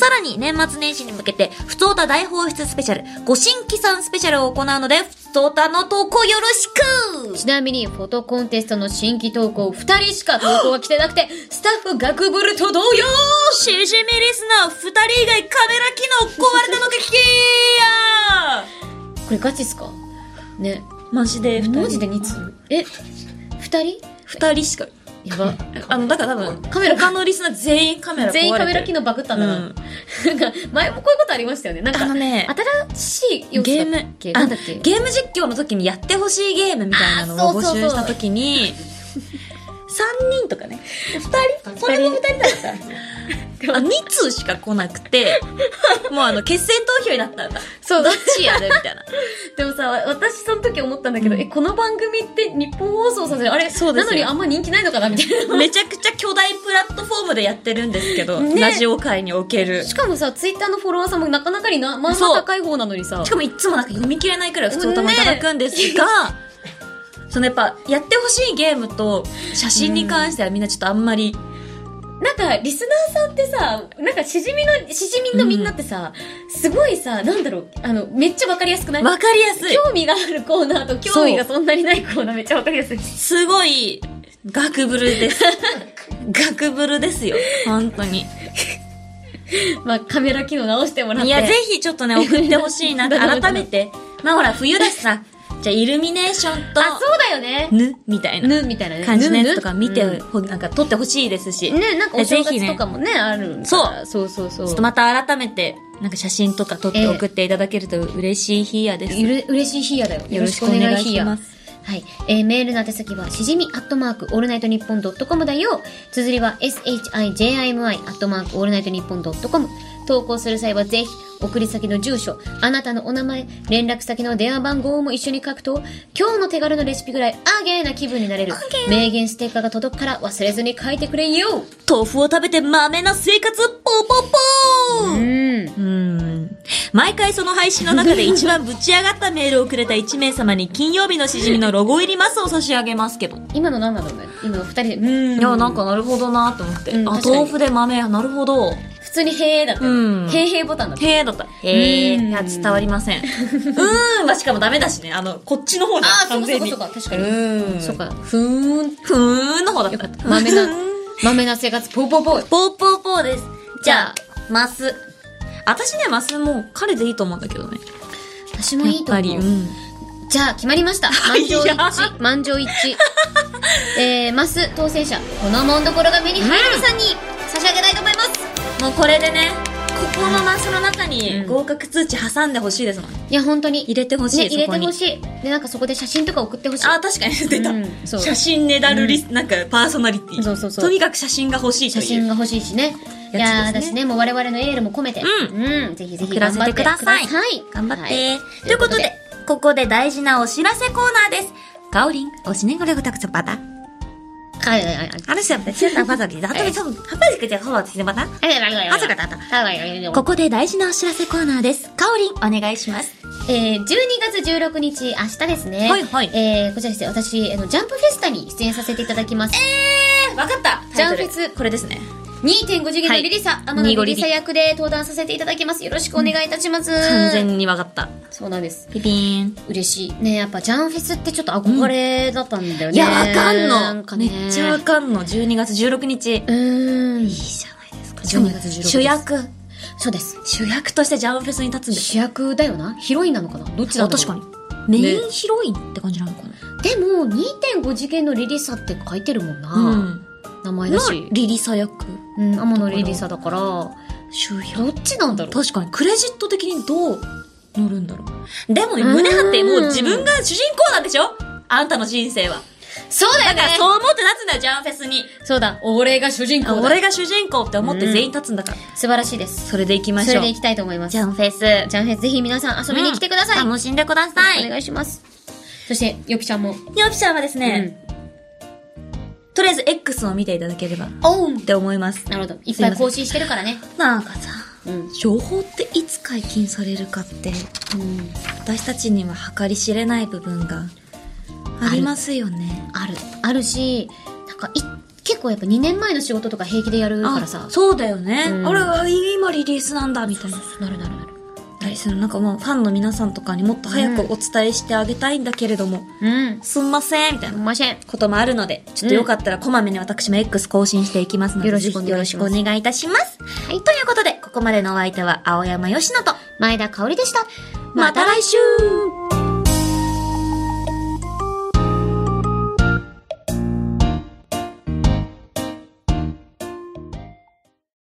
C: さらに年末年始に向けて、普通歌大放出スペシャル、ご新規さんスペシャルを行うので、普通歌の投稿よろしく
B: ちなみに、フォトコンテストの新規投稿2人しか投稿が来てなくて、スタッフガクブルと同様
C: シジミリスナー二人以外カメラ機能壊れたのか聞け
B: これガチっすかね。
C: やマジで二人
B: マジで2通え ?2 人
C: 二人しか
B: やば。
C: あのだから多分
B: カメラ
C: 他のリスナー全員カメラ壊れてる
B: 全員カメラ機能バグったんだな。
C: うん
B: なんか、前もこういうことありましたよね。なんか、
C: あのね
B: 新しい要素
C: ゲー
B: だ
C: ム
B: っけ
C: あ
B: なんだっけ
C: ゲーム実況の時にやってほしいゲームみたいなの
B: あ
C: を
B: そう
C: 募
B: そうそう
C: 集した時に三人とかね二人それも二人だったあ二通しか来なくてもうあの決選投票になったんだ
B: そう
C: どっちやるみたいな
B: でもさ、私その時思ったんだけど、え、この番組って日本放送させる、あれ、
C: そうですよ
B: なのにあんま人気ないのかなみたい
C: めちゃくちゃ巨大プラットフォームでやってるんですけど、
B: ね
C: ラジオ界における
B: な。。 しかもさ、ツイッターのフォロワーさんもなかなかにな、まあま
C: そう
B: あ高い方なのにさ
C: し。かもいつもなんか読み切れないくらい普通歌もいただくんですが、そのやっぱやってほしいゲームと写真に関してはみんなちょっとあんまり、
B: なんか、リスナーさんってさ、なんか、しじみの、しじみのみんなってさ、すごいさ、なんだろう、あの、めっちゃわかりやすくない
C: わかりやすい。
B: 興味があるコーナーと興味がそんなにないコーナーめっちゃわかりやすい。
C: すごい、ガクブル です。ガクブルですよ。本当に。
B: まあ、カメラ機能直してもらって。
C: いや、ぜひちょっとね、送ってほし いなって、改めて。まあほら、冬だしさ、じゃあイルミネーションと、
B: あ、そうだよね。
C: ぬ、みたいな
B: ぬみたいなね。
C: 感じのや
B: ぬ
C: つとか見て、
B: ぬ
C: ほなんか撮ってほしいですし。
B: うんね、なんかお正
C: ぜひ
B: 月
C: ね
B: とかもね、あるんだからそうそうそう
C: ちょっとまた改めて、なんか写真とか撮っ
B: ええ
C: て送っていただけると嬉しい日やです。
B: ゆる嬉しい日やだよ。
C: よろしくお願いし
B: よろ
C: ま
B: しくお願いし
C: す
B: や。はい。えー、メールの宛先は、しじみアットマークオールナイトニッポンドットコムだよ。綴りは、shijimi アットマークオールナイトニッポンドットコム。投稿する際はぜひ、送り先の住所、あなたのお名前、連絡先の電話番号も一緒に書くと、今日の手軽のレシピぐらい、アゲーな気分になれる。名言ステッカーが届くから忘れずに書いてくれよ。
C: 豆腐を食べて豆な生活、ポーポーポー
B: うん。
C: うん毎回その配信の中で一番ぶち上がったメールをくれた1名様に金曜日のしじみのロゴ入りマスを差し上げますけど。
B: 今の何なんだろうね。今の二人で、うーん。
C: いや、なんかなるほどなと思って。
B: うん
C: あ、
B: 確かに
C: 豆腐で豆や、なるほど。
B: 普通にへーだったね。
C: うん
B: へーへーボタンだった。
C: へーだった。へ
B: う
C: ー。
B: ん
C: いや、伝わりませ ん。うーんはしかもダメだしね。あの、こっちの方だ。
B: ああ、そ
C: 完
B: うかそ
C: 全
B: うか
C: に
B: そうか、確かに。
C: うん。
B: そうか、ふーん。
C: ふーんの方だ
B: よ
C: っ。
B: かったた。豆な、 豆な生活、ぽぽぽ。
C: ポーポーポーです。
B: じゃあ、
C: マス。私ね、マスもう彼でいいと思うんだけどね。
B: 私もいいと
C: やっぱり
B: 思う。
C: ん。
B: じゃあ、決まりました。満場一致。満場一致。えー、マス当選者、このもんどころが目に入るさんに差し上げたいと思います。
C: もうこれでね、ここのマスの中に
B: うん
C: 合格通知挟んでほしいですもん。
B: いや、本当に。
C: 入れてほしい
B: ね、
C: そ
B: 入
C: こに
B: れてほしい。で、なんかそこで写真とか送ってほしい。
C: あ、確かに出た。
B: うんそう
C: 写真ねだるリス、なんかパーソナリティ。
B: そうそうそう
C: とにかく写真が欲しいと
B: 写
C: いう。
B: 真が欲しいしね。いやー
C: やつですね
B: 私ね、もう我々のエールも込めて。。
C: うん
B: うん。ぜひぜひ
C: 送ら
B: 頑
C: せ
B: 張ってて
C: ください。
B: はい。
C: 頑張って、
B: はい
C: ということで、ここで大事なお知らせコーナーです。ガオリン、おしねごれごたくちょぱた。
B: はいはいはい。
C: 話は別になばざき。だって、ちょっと、はっぱりくちゃほばつねばた。あそうかそうかここで大事なお知らせコーナーです。カオリン、お願いします。
B: えー、12月16日、明日ですね。
C: はいはい
B: えー、こちらですね、私、あの、ジャンプフェスタに出演させていただきます。
C: えー、わかった。
B: ジャンフ
C: タ
B: ェ
C: イ
B: ス
C: トルこれですね。
B: 2.5次元のリリサ、天野
C: ニゴ
B: リ
C: リ
B: リ
C: リ
B: サ役で登壇させていただきます。よろしくお願いいたします。
C: 完全にわかった。
B: そうなんです。
C: ピピーン。
B: 嬉しい。ねやっぱジャンフェスってちょっと憧れだったんだよね。
C: いや、わかん
B: な
C: の
B: ん。か
C: め
B: ね。
C: っちゃわかんの。12月16日。いいう
B: ーん。
C: じゃないですか。
B: 12月16日
C: 主役。
B: そうです。
C: 主役としてジャンフェスに立つんです。
B: 主役だよなヒロインなのかなどっちだ
C: あ
B: ろう
C: 確かに。メインヒロインって感じなのかな。
B: でも、2.5次元のリリサって書いてるもんな。
C: うん。
B: 名前だ
C: の
B: し。
C: リリサ役。
B: うん、天野リリサだから、
C: 主役。
B: どっちなんだろう
C: 確かにクレジット的にどう乗るんだろうでもね胸張ってもう自分が主人公なんでしょあんたの人生は
B: そうだよね
C: だからそう思って立つんだよ、ジャンフェスに。
B: そうだ、俺が主人公だ。
C: 俺が主人公って思って全員立つんだから。
B: 素晴らしいです。
C: それで行きま
B: そ
C: し
B: れ
C: ょう
B: で行。きたいと思います。
C: ジャンフェス。
B: ジャンフェスぜひ皆さん遊びに来てください。
C: うん楽しんでください。
B: お願いします。そして、よきちゃんも。
C: ヨピちゃんはですね、とりあえず X を見ていただければっ
B: うん。オン
C: て思います。
B: なるほど。いっ
C: すい
B: ぱ
C: ま
B: い
C: せん
B: 更新してるからね。
C: なんかさ、
B: うん
C: 情報っていつ解禁されるかって、私たちには計り知れない部分がありますよね。
B: ある。あるし、なんか、い、結構やっぱ2年前の仕事とか平気でやるからさ。
C: そうだよね。
B: うん
C: あれは今リリースなんだ、みたいな。
B: なるなるなる。
C: たりする。なんかもうファンの皆さんとかにもっと早くお伝えしてあげたいんだけれども、
B: うん。
C: すんません、みたい
B: すん
C: な
B: ません。
C: こともあるので、ちょっとよかったらこまめに私も X 更新していきますので、
B: よろしくお
C: ぜ
B: 願い
C: ひ
B: し
C: よ
B: ま
C: ろ
B: す
C: しくお願いいたします。はい。ということで、ここまでのお相手は青山よしのと、
B: 前田香織でした。
C: また来週